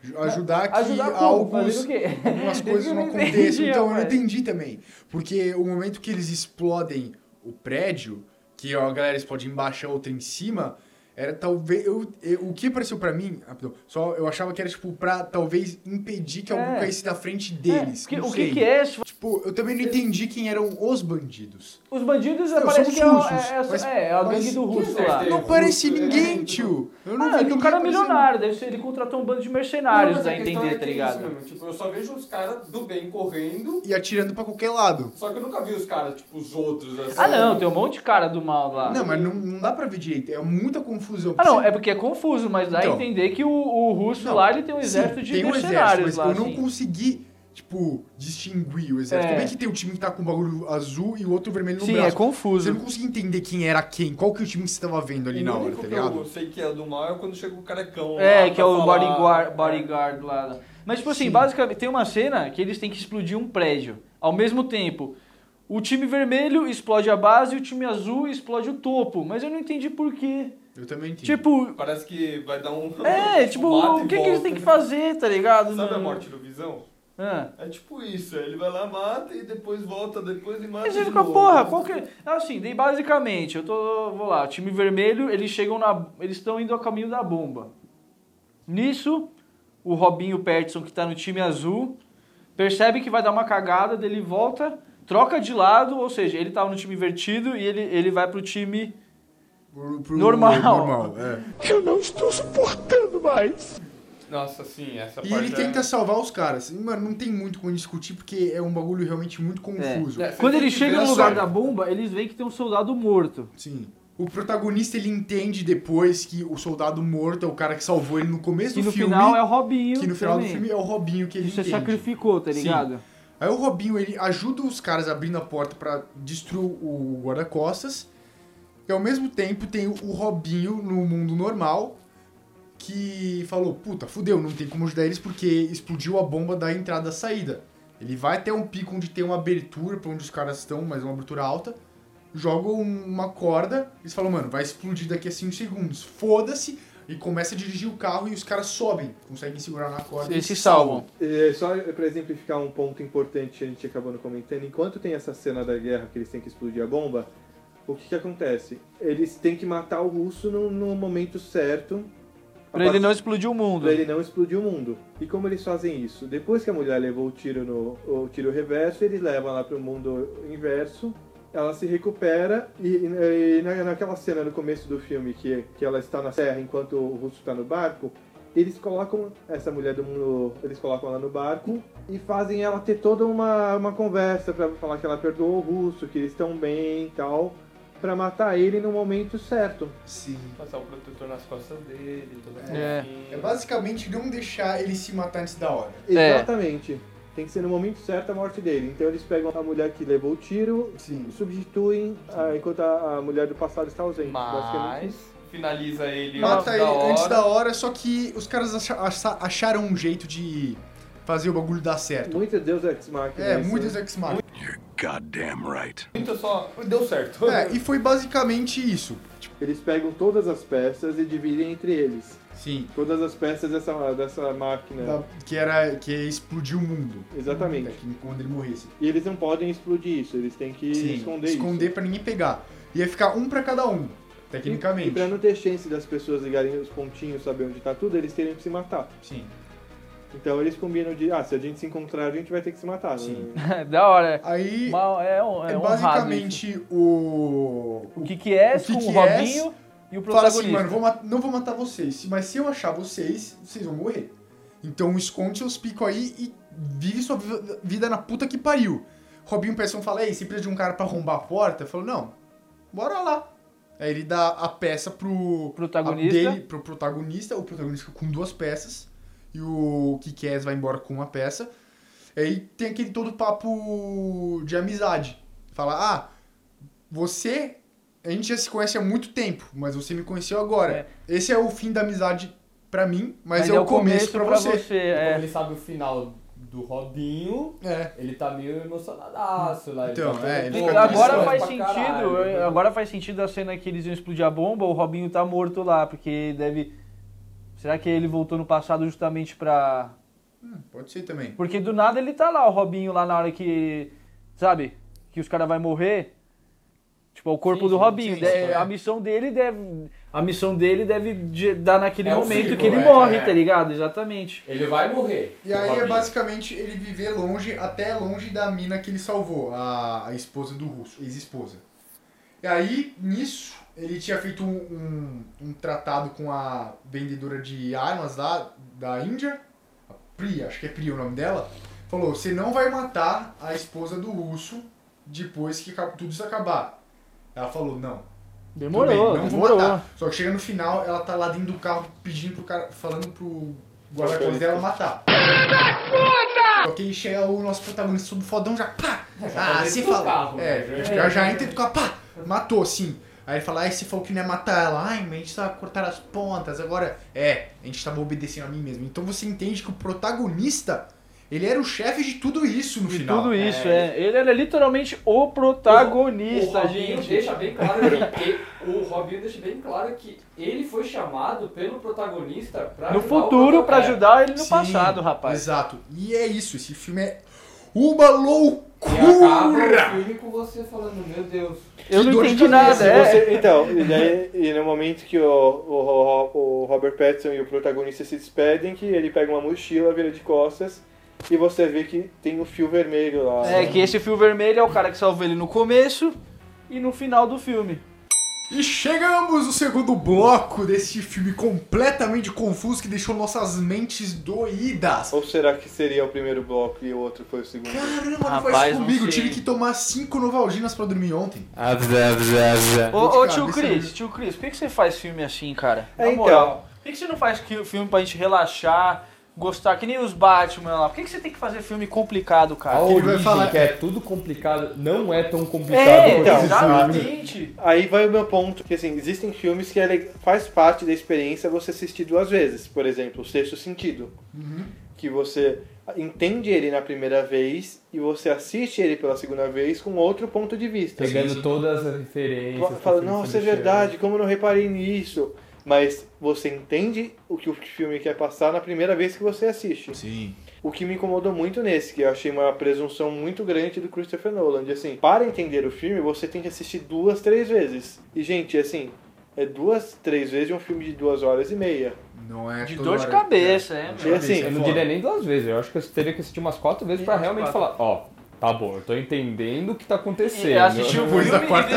Speaker 1: Ju- Ajudar que
Speaker 3: É Ajudar como?
Speaker 1: alguns,
Speaker 3: Fazendo o quê?
Speaker 1: algumas
Speaker 3: Isso
Speaker 1: coisas
Speaker 3: eu
Speaker 1: não
Speaker 3: não
Speaker 1: aconteçam.
Speaker 3: entendi,
Speaker 1: Então, eu não
Speaker 3: rapaz.
Speaker 1: entendi também. Porque o momento que eles explodem o prédio, que ó, a galera explode embaixo, a outra em cima, era talvez... Eu, eu- o que apareceu pra mim... ah, perdão, só eu achava que era, tipo, pra talvez impedir que algum
Speaker 3: É.
Speaker 1: caísse da frente deles.
Speaker 3: É, que-
Speaker 1: não
Speaker 3: o que,
Speaker 1: sei.
Speaker 3: que é isso?
Speaker 1: Tipo, eu também não entendi quem eram os bandidos.
Speaker 3: Os bandidos
Speaker 1: Não,
Speaker 3: parece
Speaker 1: são
Speaker 3: que é, o-
Speaker 1: russos,
Speaker 3: é, é,
Speaker 1: mas-
Speaker 3: é, é a
Speaker 1: mas-
Speaker 3: gangue do russo
Speaker 7: certeza.
Speaker 3: lá.
Speaker 7: É,
Speaker 1: Não
Speaker 7: russo,
Speaker 1: parece
Speaker 7: é,
Speaker 1: ninguém,
Speaker 7: é,
Speaker 1: tio. Eu não
Speaker 3: Ah,
Speaker 1: vi
Speaker 3: é que o
Speaker 1: ninguém
Speaker 3: cara é
Speaker 1: aparecendo.
Speaker 3: milionário, deve ser, ele contratou um bando de
Speaker 7: Não,
Speaker 3: mercenários,
Speaker 7: mas
Speaker 3: dá
Speaker 7: a
Speaker 3: a
Speaker 7: questão
Speaker 9: Então
Speaker 3: entender,
Speaker 7: é
Speaker 3: tá
Speaker 7: que é
Speaker 3: ligado?
Speaker 7: isso, mano. Tipo, eu só vejo os caras do bem correndo,
Speaker 1: E atirando pra qualquer lado.
Speaker 7: só que eu nunca vi os caras, tipo, os outros assim.
Speaker 3: ah não, tem um monte de cara do mal lá.
Speaker 1: Não, mas não, não dá pra ver direito. É muita confusão.
Speaker 3: Ah não, é porque é confuso, mas dá
Speaker 1: Então.
Speaker 3: a entender que o, o russo
Speaker 1: Não,
Speaker 3: lá ele tem um
Speaker 1: Sim,
Speaker 3: exército de
Speaker 1: tem um exército, mas
Speaker 3: mercenários lá.
Speaker 1: eu não
Speaker 3: assim.
Speaker 1: consegui, tipo, distinguir o exército.
Speaker 3: É.
Speaker 1: Como é que tem o time que tá com o bagulho azul e o outro vermelho no
Speaker 3: Sim, é
Speaker 1: braço? Você
Speaker 3: confuso.
Speaker 1: não conseguia entender quem era quem, qual que é o time que você tava vendo ali na
Speaker 9: o
Speaker 1: hora,
Speaker 9: único
Speaker 1: tá
Speaker 9: que
Speaker 1: ligado?
Speaker 9: eu sei que é do mal é quando chega o carecão.
Speaker 3: É,
Speaker 9: lá
Speaker 3: que
Speaker 9: pra
Speaker 3: é o
Speaker 9: falar.
Speaker 3: bodyguard, bodyguard lá. Mas, tipo assim,
Speaker 1: Sim.
Speaker 3: basicamente, tem uma cena que eles têm que explodir um prédio. Ao mesmo tempo, o time vermelho explode a base e o time azul explode o topo. Mas eu não entendi por quê.
Speaker 1: Eu também entendi.
Speaker 3: Tipo,
Speaker 9: Parece que vai dar um.
Speaker 3: é, tipo,
Speaker 9: mata
Speaker 3: o
Speaker 9: e
Speaker 3: que, que
Speaker 9: volta.
Speaker 3: eles têm que fazer, tá ligado?
Speaker 9: Sabe a
Speaker 3: Não-
Speaker 9: morte do Visão?
Speaker 3: Ah.
Speaker 9: É tipo isso, ele vai lá, mata e depois volta, depois e mata.
Speaker 3: Mas você
Speaker 9: de
Speaker 3: fica,
Speaker 9: novo.
Speaker 4: né?"
Speaker 3: porra, qual que... Assim, daí basicamente, eu tô... Vou lá, time vermelho, eles chegam na... Eles estão indo ao caminho da bomba. Nisso, o Robinho Patterson, que tá no time azul, percebe que vai dar uma cagada, dele volta, troca de lado, ou seja, ele tava no time invertido e ele, ele vai pro time...
Speaker 1: Pro- pro-
Speaker 3: normal.
Speaker 1: normal, é.
Speaker 9: Nossa, sim, essa
Speaker 1: E
Speaker 9: parte.
Speaker 1: ele
Speaker 9: é-
Speaker 1: tenta salvar os caras. E, Mano, não tem muito como discutir, porque é um bagulho realmente muito confuso.
Speaker 9: É, você
Speaker 3: Quando
Speaker 9: tem
Speaker 3: ele
Speaker 9: que
Speaker 3: chega
Speaker 9: ver
Speaker 3: no
Speaker 9: a
Speaker 3: lugar
Speaker 9: sorte.
Speaker 3: da bomba, eles veem que tem um soldado morto.
Speaker 1: Sim. O protagonista, ele entende depois que o soldado morto é o cara que salvou ele no começo
Speaker 3: Que
Speaker 1: do
Speaker 3: no
Speaker 1: filme.
Speaker 3: final é o Robinho
Speaker 1: Que no final
Speaker 3: também.
Speaker 1: do filme é o Robinho que ele
Speaker 3: Ele se
Speaker 1: entende.
Speaker 3: sacrificou, tá
Speaker 1: Sim.
Speaker 3: ligado?
Speaker 1: Aí o Robinho, ele ajuda os caras abrindo a porta pra destruir o guarda-costas. E ao mesmo tempo tem o Robinho no mundo normal, que falou, puta, fudeu, não tem como ajudar eles porque explodiu a bomba da entrada e saída. Ele vai até um pico onde tem uma abertura pra onde os caras estão, mas uma abertura alta. Joga um- uma corda, eles falam, mano, vai explodir daqui a 5 segundos. Foda-se! E começa a dirigir o carro e os caras sobem, conseguem segurar na corda. e
Speaker 3: Eles se salvam.
Speaker 2: É, só para exemplificar um ponto importante que a gente acabou não comentando, enquanto tem essa cena da guerra que eles têm que explodir a bomba, o que, que acontece? Eles têm que matar o russo no, no momento certo a
Speaker 3: Pra ele
Speaker 2: partir-
Speaker 3: não explodir o mundo.
Speaker 2: pra ele não explodir o mundo. E como eles fazem isso? Depois que a mulher levou o tiro no o tiro reverso, eles levam lá pro mundo inverso ela se recupera e, e- e na- naquela cena no começo do filme que, que ela está na serra enquanto o Russo está no barco, eles colocam essa mulher do mundo, eles colocam ela no barco e fazem ela ter toda uma, uma conversa pra falar que ela perdoou o Russo, que eles estão bem e tal, pra matar ele no momento certo.
Speaker 1: Sim.
Speaker 9: Passar o protetor nas costas dele, tudo
Speaker 1: É. É basicamente não deixar ele se matar antes da hora.
Speaker 2: Exatamente. Tem que ser no momento certo a morte dele. Então eles pegam a mulher que levou o tiro, substituem ah, enquanto a, a mulher do passado está ausente. basicamente
Speaker 9: Mas finaliza ele antes
Speaker 1: Mata ele
Speaker 9: da hora.
Speaker 1: antes da hora, só que os caras acha- acha- acharam um jeito de fazer o bagulho dar certo.
Speaker 2: Muitas Deus Ex Machina.
Speaker 1: É,
Speaker 2: isso,
Speaker 1: muitas
Speaker 2: né?
Speaker 1: Ex Machina.
Speaker 6: Goddamn right.
Speaker 9: Então só deu certo.
Speaker 1: É, e foi basicamente isso.
Speaker 2: Eles pegam todas as peças e dividem entre eles.
Speaker 1: Sim.
Speaker 2: Todas as peças dessa, dessa máquina.
Speaker 1: Da- Que era que explodiu o mundo.
Speaker 2: Exatamente.
Speaker 1: Até que- Quando ele morresse.
Speaker 2: E eles não podem explodir isso, eles têm que
Speaker 1: Sim,
Speaker 2: esconder,
Speaker 1: Esconder pra ninguém pegar. Ia ficar um pra cada um,
Speaker 2: isso. E
Speaker 1: tecnicamente.
Speaker 2: pra não ter chance das pessoas ligarem os pontinhos, saber onde tá tudo, eles teriam que se matar.
Speaker 1: Sim.
Speaker 2: Então eles combinam de, ah, se a gente se encontrar, a gente vai ter que se matar.
Speaker 1: Sim.
Speaker 2: né?
Speaker 3: da hora.
Speaker 1: Aí
Speaker 3: Uma- é, hon- é
Speaker 1: é
Speaker 3: honrado isso.
Speaker 1: basicamente o.
Speaker 3: o que que é
Speaker 1: o que
Speaker 3: com o
Speaker 1: que é,
Speaker 3: Robinho e o
Speaker 1: Fala
Speaker 3: protagonista.
Speaker 1: assim, mano, vou mat- não vou matar vocês, se- mas se eu achar vocês, vocês vão morrer. Então esconde seus picos aí e vive sua vi- vida na puta que pariu. Robinho Peção fala, ei, você precisa de um cara pra arrombar a porta? Eu falo, não, bora lá. Aí ele dá a peça pro
Speaker 3: Protagonista.
Speaker 1: a- dele, pro protagonista, o protagonista fica com duas peças e o Kikés vai embora com uma peça. Aí tem aquele todo papo de amizade. Fala, ah, você, a gente já se conhece há muito tempo, mas você me conheceu agora. Esse é o fim da amizade pra mim, mas, é, o começo, pra você.
Speaker 3: é.
Speaker 7: Como ele sabe o final do Robinho,
Speaker 1: É.
Speaker 7: ele tá meio emocionadaço lá.
Speaker 1: Então,
Speaker 7: tá
Speaker 1: é,
Speaker 7: todo
Speaker 1: ele
Speaker 3: Pô,
Speaker 1: fica
Speaker 3: agora
Speaker 7: tristão
Speaker 3: faz
Speaker 7: pra
Speaker 3: sentido,
Speaker 7: caralho.
Speaker 3: eh,
Speaker 1: né?
Speaker 3: agora faz sentido a cena que eles iam explodir a bomba, o Robinho tá morto lá, porque deve Será que ele voltou no passado justamente pra
Speaker 1: Hum, Pode ser também.
Speaker 3: Porque do nada ele tá lá, o Robinho lá na hora que sabe, que os caras vai morrer. Tipo, é o corpo
Speaker 7: Sim,
Speaker 3: do
Speaker 7: sim,
Speaker 3: Robinho,
Speaker 1: sim,
Speaker 3: De-
Speaker 1: sim, é.
Speaker 3: a missão dele deve a missão dele deve de- dar naquele
Speaker 7: É o
Speaker 3: momento
Speaker 7: ciclo,
Speaker 3: que ele
Speaker 7: é,
Speaker 3: morre,
Speaker 7: é.
Speaker 3: tá ligado? Exatamente.
Speaker 7: Ele vai morrer.
Speaker 1: E
Speaker 7: o
Speaker 1: aí é
Speaker 7: Robinho.
Speaker 1: basicamente ele viver longe, até longe da mina que ele salvou, a, a esposa do russo, ex-esposa. E aí, nisso, ele tinha feito um, um, um tratado com a vendedora de armas lá da Índia, a Priya, acho que é Priya o nome dela. Falou: você não vai matar a esposa do russo depois que acab- tudo isso acabar. Ela falou: não. Tudo bem,
Speaker 3: Demorou,
Speaker 1: não
Speaker 3: demorou.
Speaker 1: Vou matar. Só que chega no final, ela tá lá dentro do carro pedindo pro cara, falando pro guarda-costas dela matar. Só que aí chega o nosso protagonista todo fodão já pá!
Speaker 7: tá
Speaker 1: ah,
Speaker 7: dentro
Speaker 1: você
Speaker 7: do
Speaker 1: fala.
Speaker 7: carro,
Speaker 1: é,
Speaker 7: né?
Speaker 1: já, já entra do carro, pá! Matou, sim. Aí ele fala, aí você falou que não ia matar ela. Ai, mas a gente tá cortando as pontas, agora. É, a gente tava obedecendo a mim mesmo. Então você entende que o protagonista, ele era o chefe de tudo isso no final.
Speaker 3: Tudo isso, é. Ele era literalmente o protagonista,
Speaker 7: o Robinho
Speaker 3: tá, gente.
Speaker 7: deixa bem claro que e- o Robinho deixa bem claro que ele foi chamado pelo protagonista pra
Speaker 3: No
Speaker 7: ajudar o é.
Speaker 3: futuro, pra
Speaker 7: protagonista.
Speaker 3: ajudar ele no
Speaker 1: Sim,
Speaker 3: passado, rapaz.
Speaker 1: Exato. E é isso, esse filme é uma
Speaker 7: E acaba o
Speaker 1: loucura!
Speaker 7: filme com você falando, meu Deus.
Speaker 3: Eu
Speaker 1: Que
Speaker 3: não
Speaker 1: dor de
Speaker 3: entendi
Speaker 1: cabeça,
Speaker 3: nada, é.
Speaker 2: Você- então, e, daí- e no momento que o, o, o- o Robert Pattinson e o protagonista se despedem, que ele pega uma mochila, vira de costas, e você vê que tem o fio vermelho lá.
Speaker 3: É que esse fio vermelho é o cara que salvou ele no começo e no final do filme.
Speaker 1: E chegamos no segundo bloco desse filme completamente confuso que deixou nossas mentes doídas.
Speaker 2: Ou será que seria o primeiro bloco e o outro foi o segundo?
Speaker 1: Caramba, não faz
Speaker 3: Rapaz,
Speaker 1: isso
Speaker 3: não
Speaker 1: comigo. Eu
Speaker 3: sei.
Speaker 1: tive que tomar cinco Novalginas pra dormir ontem.
Speaker 2: Ah,
Speaker 4: É,
Speaker 3: Ô,
Speaker 1: Dor de
Speaker 3: ô tio
Speaker 1: cabeça,
Speaker 3: Cris,
Speaker 1: né?
Speaker 3: tio Cris, por que que você faz filme assim, cara?
Speaker 2: É, então.
Speaker 3: Por que que você não faz que- filme pra gente relaxar, gostar, que nem os Batman lá? Por que que você tem que fazer filme complicado,
Speaker 4: A
Speaker 3: cara?
Speaker 1: vai
Speaker 4: origem,
Speaker 1: falar-
Speaker 4: que é tudo complicado, não é tão complicado
Speaker 3: É,
Speaker 4: quanto esse filme.
Speaker 3: exatamente.
Speaker 2: Aí vai o meu ponto, que assim, existem filmes que é le- faz parte da experiência você assistir duas vezes. Por exemplo, O Sexto Sentido.
Speaker 3: Uhum.
Speaker 2: Que você entende ele na primeira vez e você assiste ele pela segunda vez com outro ponto de vista.
Speaker 4: Pegando todas as referências. que o
Speaker 2: Fala,
Speaker 4: filme
Speaker 2: nossa, é
Speaker 4: deixou.
Speaker 2: verdade, como eu não reparei nisso? Mas você entende o que o filme quer passar na primeira vez que você assiste.
Speaker 1: Sim.
Speaker 2: O que me incomodou muito nesse, que eu achei uma presunção muito grande do Christopher Nolan. De assim, para entender o filme, você tem que assistir duas, três vezes. E, gente, assim, é duas, três vezes de um filme de duas horas e meia.
Speaker 1: Não é
Speaker 3: De
Speaker 1: toda
Speaker 3: dor de
Speaker 1: hora.
Speaker 3: cabeça, é.
Speaker 2: E assim,
Speaker 4: Eu não diria nem duas vezes, eu acho que eu teria que assistir umas quatro vezes pra realmente falar, ó, Tá bom, eu tô entendendo o que tá acontecendo.
Speaker 3: E assistir o filme e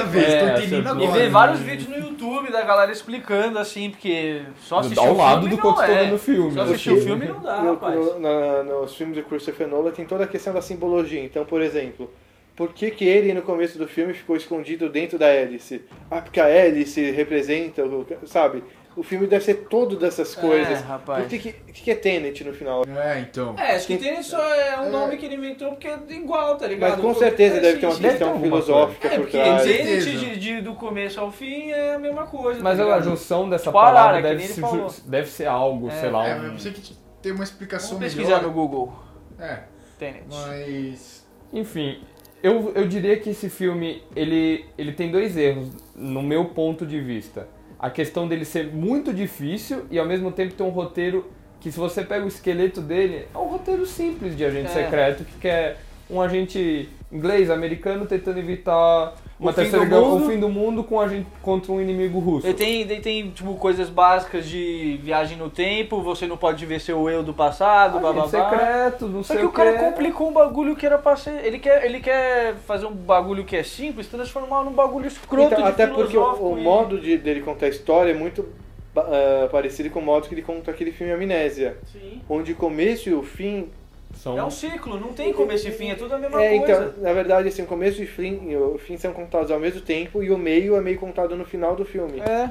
Speaker 3: ver- é,
Speaker 4: essa-
Speaker 3: E ver vários vídeos no YouTube da galera explicando, assim, porque só assistir
Speaker 4: Dá
Speaker 3: o
Speaker 4: o lado
Speaker 3: filme
Speaker 4: do
Speaker 3: não
Speaker 4: quanto
Speaker 3: é.
Speaker 4: tô vendo o filme.
Speaker 3: Só assistir o filme não dá,
Speaker 2: No-
Speaker 3: Ah, rapaz.
Speaker 2: no- na- nos filmes do Christopher Nolan tem toda a questão da simbologia. Então, por exemplo, por que, que ele no começo do filme ficou escondido dentro da hélice? Ah, porque a hélice representa, o- sabe? O filme deve ser todo dessas coisas.
Speaker 3: É, rapaz.
Speaker 2: Por que, que, que que é Tenet no final?
Speaker 1: É, então.
Speaker 3: É, acho que Tenet só é um nome que ele inventou porque é igual, tá ligado?
Speaker 2: Mas com certeza deve ter uma
Speaker 3: Deve
Speaker 2: questão
Speaker 3: alguma
Speaker 2: filosófica
Speaker 3: coisa. É,
Speaker 2: por
Speaker 3: porque
Speaker 2: trás.
Speaker 3: Tenet de, de- do começo ao fim é a mesma coisa.
Speaker 4: Mas
Speaker 3: tá
Speaker 4: a
Speaker 3: ligado?
Speaker 4: junção dessa
Speaker 3: Pararam,
Speaker 4: palavra
Speaker 3: que nem
Speaker 4: deve,
Speaker 3: ele
Speaker 4: se-
Speaker 3: falou.
Speaker 4: deve ser algo,
Speaker 3: É.
Speaker 4: sei lá.
Speaker 1: É,
Speaker 4: um-
Speaker 1: mas eu pensei que tem uma explicação
Speaker 3: Vamos pesquisar no
Speaker 1: melhor.
Speaker 3: Google.
Speaker 1: É,
Speaker 3: Tenet.
Speaker 1: mas...
Speaker 4: Enfim, eu, eu diria que esse filme ele, ele tem dois erros, no meu ponto de vista. A questão dele ser muito difícil e ao mesmo tempo ter um roteiro que, se você pega o esqueleto dele, é um roteiro simples de agente
Speaker 3: É.
Speaker 4: secreto que é um agente inglês, americano, tentando evitar uma
Speaker 3: O fim
Speaker 4: terceira
Speaker 3: do
Speaker 4: guerra, o
Speaker 3: mundo.
Speaker 4: fim do mundo com a gente, contra um inimigo russo.
Speaker 3: Ele tem, ele tem, tipo, coisas básicas de viagem no tempo, você não pode ver seu eu do
Speaker 2: Ah,
Speaker 3: passado, blá blá
Speaker 4: Agente
Speaker 3: blá.
Speaker 4: secreto, não
Speaker 3: um Só
Speaker 4: sei
Speaker 3: que o
Speaker 4: quê.
Speaker 3: cara complicou um bagulho que era pra ser. Ele quer, ele quer fazer um bagulho que é simples, transformar num bagulho escroto
Speaker 2: Então,
Speaker 3: de
Speaker 2: até porque o,
Speaker 3: filosófico
Speaker 2: o
Speaker 3: e-
Speaker 2: modo de, dele contar a história é muito ba- ah, parecido com o modo que ele conta aquele filme Amnésia.
Speaker 3: Sim.
Speaker 2: Onde o começo e o fim
Speaker 4: São-
Speaker 3: É um ciclo, não tem começo e fim, é tudo a mesma
Speaker 2: É,
Speaker 3: coisa.
Speaker 2: então, na verdade, assim, o começo e o fim, o fim são contados ao mesmo tempo e o meio é meio contado no final do filme.
Speaker 3: É.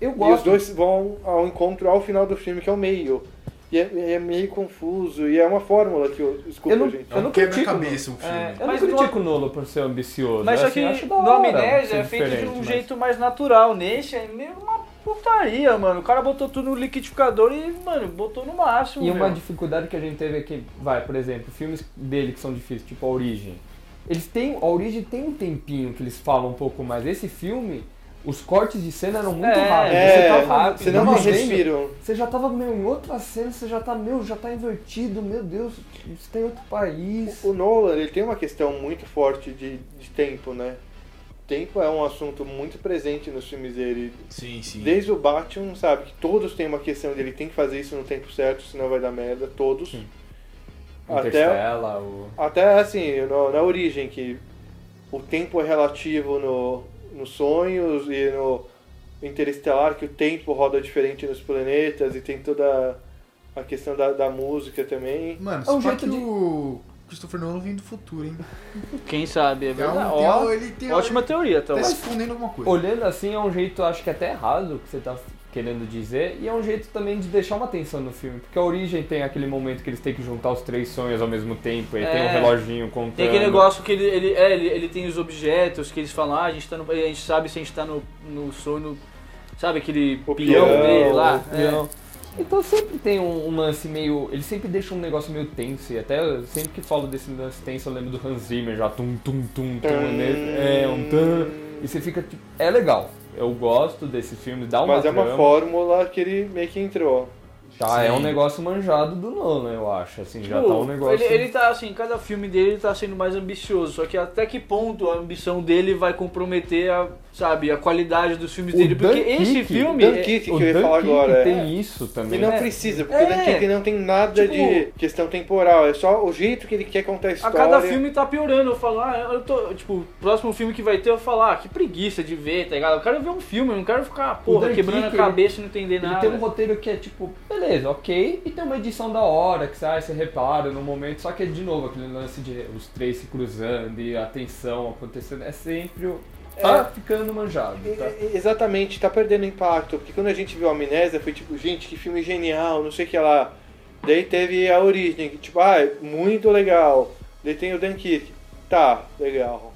Speaker 4: Eu
Speaker 2: E os
Speaker 4: gosto.
Speaker 2: dois vão ao encontro ao final do filme, que é o meio. E é, é meio confuso, e é uma fórmula que eu. Desculpa,
Speaker 4: Eu não,
Speaker 2: gente.
Speaker 4: eu não critico.
Speaker 1: é
Speaker 4: não.
Speaker 1: quebra-cabeça um filme.
Speaker 3: É,
Speaker 4: Eu
Speaker 3: mas
Speaker 4: não
Speaker 3: no,
Speaker 4: critico o Nolo por ser ambicioso.
Speaker 3: mas só
Speaker 4: assim,
Speaker 3: que
Speaker 4: acho da
Speaker 3: no
Speaker 4: hora
Speaker 3: Amnésia
Speaker 4: ser
Speaker 3: é feito de
Speaker 4: diferente,
Speaker 3: um
Speaker 4: mas-
Speaker 3: jeito mais natural. Nesse é meio uma putaria, mano. O cara botou tudo no liquidificador e, mano, botou no máximo.
Speaker 4: E uma
Speaker 3: meu.
Speaker 4: dificuldade que a gente teve aqui, vai, por exemplo, filmes dele que são difíceis, tipo A Origem. Eles têm, a Origem tem um tempinho que eles falam um pouco mais. Esse filme, os cortes de cena eram muito
Speaker 3: É,
Speaker 4: rápidos.
Speaker 2: é,
Speaker 4: você tava
Speaker 3: rápido,
Speaker 2: Você não
Speaker 4: tava
Speaker 2: me
Speaker 4: vendo,
Speaker 2: respiro.
Speaker 4: Você já tava meio em outra cena, você já tá, meu, já tá invertido, meu Deus, você tá em outro país.
Speaker 2: O Nolan, ele tem uma questão muito forte de, de tempo, né? Tempo é um assunto muito presente nos filmes dele.
Speaker 1: Sim, sim.
Speaker 2: Desde o Batman, sabe? Que todos têm uma questão dele, tem que fazer isso no tempo certo, senão vai dar merda. Todos. Até,
Speaker 4: Interstella, o...
Speaker 2: Até assim, no- na origem, que o tempo é relativo no, nos sonhos e no Interestelar, que o tempo roda diferente nos planetas e tem toda a questão da, da música também.
Speaker 1: Mano,
Speaker 4: É um
Speaker 1: só
Speaker 4: jeito
Speaker 1: que
Speaker 4: de-
Speaker 1: o Christopher Nolan vem do futuro, hein?
Speaker 3: Quem sabe, é
Speaker 1: É um-
Speaker 3: verdade.
Speaker 1: tem
Speaker 3: Ó,
Speaker 1: um- ele tem um-
Speaker 3: ótima teoria, então.
Speaker 1: Tá se escondendo alguma coisa.
Speaker 4: Olhando assim é um jeito, acho que até errado que você tá querendo dizer, e é um jeito também de deixar uma tensão no filme, porque a origem tem aquele momento que eles têm que juntar os três sonhos ao mesmo tempo, e tem
Speaker 3: É.
Speaker 4: um reloginho contando.
Speaker 3: Tem aquele negócio que ele, ele, é, ele, ele tem os objetos que eles falam, ah, a gente, tá no, a gente sabe se a gente tá no, no sono, sabe aquele
Speaker 2: O
Speaker 3: peão
Speaker 2: peão,
Speaker 3: dele lá?
Speaker 4: É. Então sempre tem um, um lance meio. Ele sempre deixa um negócio meio tenso, e até eu- sempre que falo desse lance tenso eu lembro do Hans Zimmer já, tum tum tum
Speaker 2: Tum.
Speaker 4: tum, né? é, um tum, e você fica tipo. É legal, eu gosto desse filme, dá uma
Speaker 2: Mas é uma
Speaker 4: trama.
Speaker 2: fórmula que ele meio que entrou.
Speaker 4: Tá, é um
Speaker 1: Sim.
Speaker 4: negócio manjado do Nolan, eu acho. Assim, já
Speaker 3: Tipo,
Speaker 4: tá um negócio.
Speaker 3: ele, ele tá assim, cada filme dele ele tá sendo mais ambicioso, só que até que ponto a ambição dele vai comprometer a, sabe, a qualidade dos filmes
Speaker 4: O
Speaker 3: dele? Porque
Speaker 4: Dunkirk-
Speaker 3: esse filme.
Speaker 2: Dan Kick, que eu ia falar
Speaker 4: Dunkirk
Speaker 2: agora. é.
Speaker 4: tem isso
Speaker 2: E
Speaker 4: também.
Speaker 2: não
Speaker 4: né?
Speaker 2: precisa, porque
Speaker 3: É.
Speaker 2: o Dan Kick não tem nada
Speaker 3: Tipo-
Speaker 2: de questão temporal, é só o jeito que ele quer contar a
Speaker 3: A
Speaker 2: história.
Speaker 3: cada filme tá piorando. Eu falo, ah, eu tô. Tipo, o próximo filme que vai ter, eu falo, ah, que preguiça de ver, tá ligado? Eu quero ver um filme, eu não quero ficar, porra,
Speaker 4: Dunkirk,
Speaker 3: quebrando a
Speaker 4: ele-
Speaker 3: cabeça e não entender
Speaker 4: Ele
Speaker 3: nada.
Speaker 4: tem um roteiro que é tipo, beleza, ok, e tem uma edição da hora que sai, você repara no momento, só que é de novo aquele lance de os três se cruzando e a tensão acontecendo, é sempre o. Tá ficando manjado,
Speaker 2: E-
Speaker 4: tá?
Speaker 2: e- Exatamente, tá perdendo impacto. Porque quando a gente viu a Amnésia, foi tipo, gente, que filme genial, não sei o que lá. Daí teve a Origem, que tipo, ah, é muito legal. Daí tem o Dunkirk, tá, legal.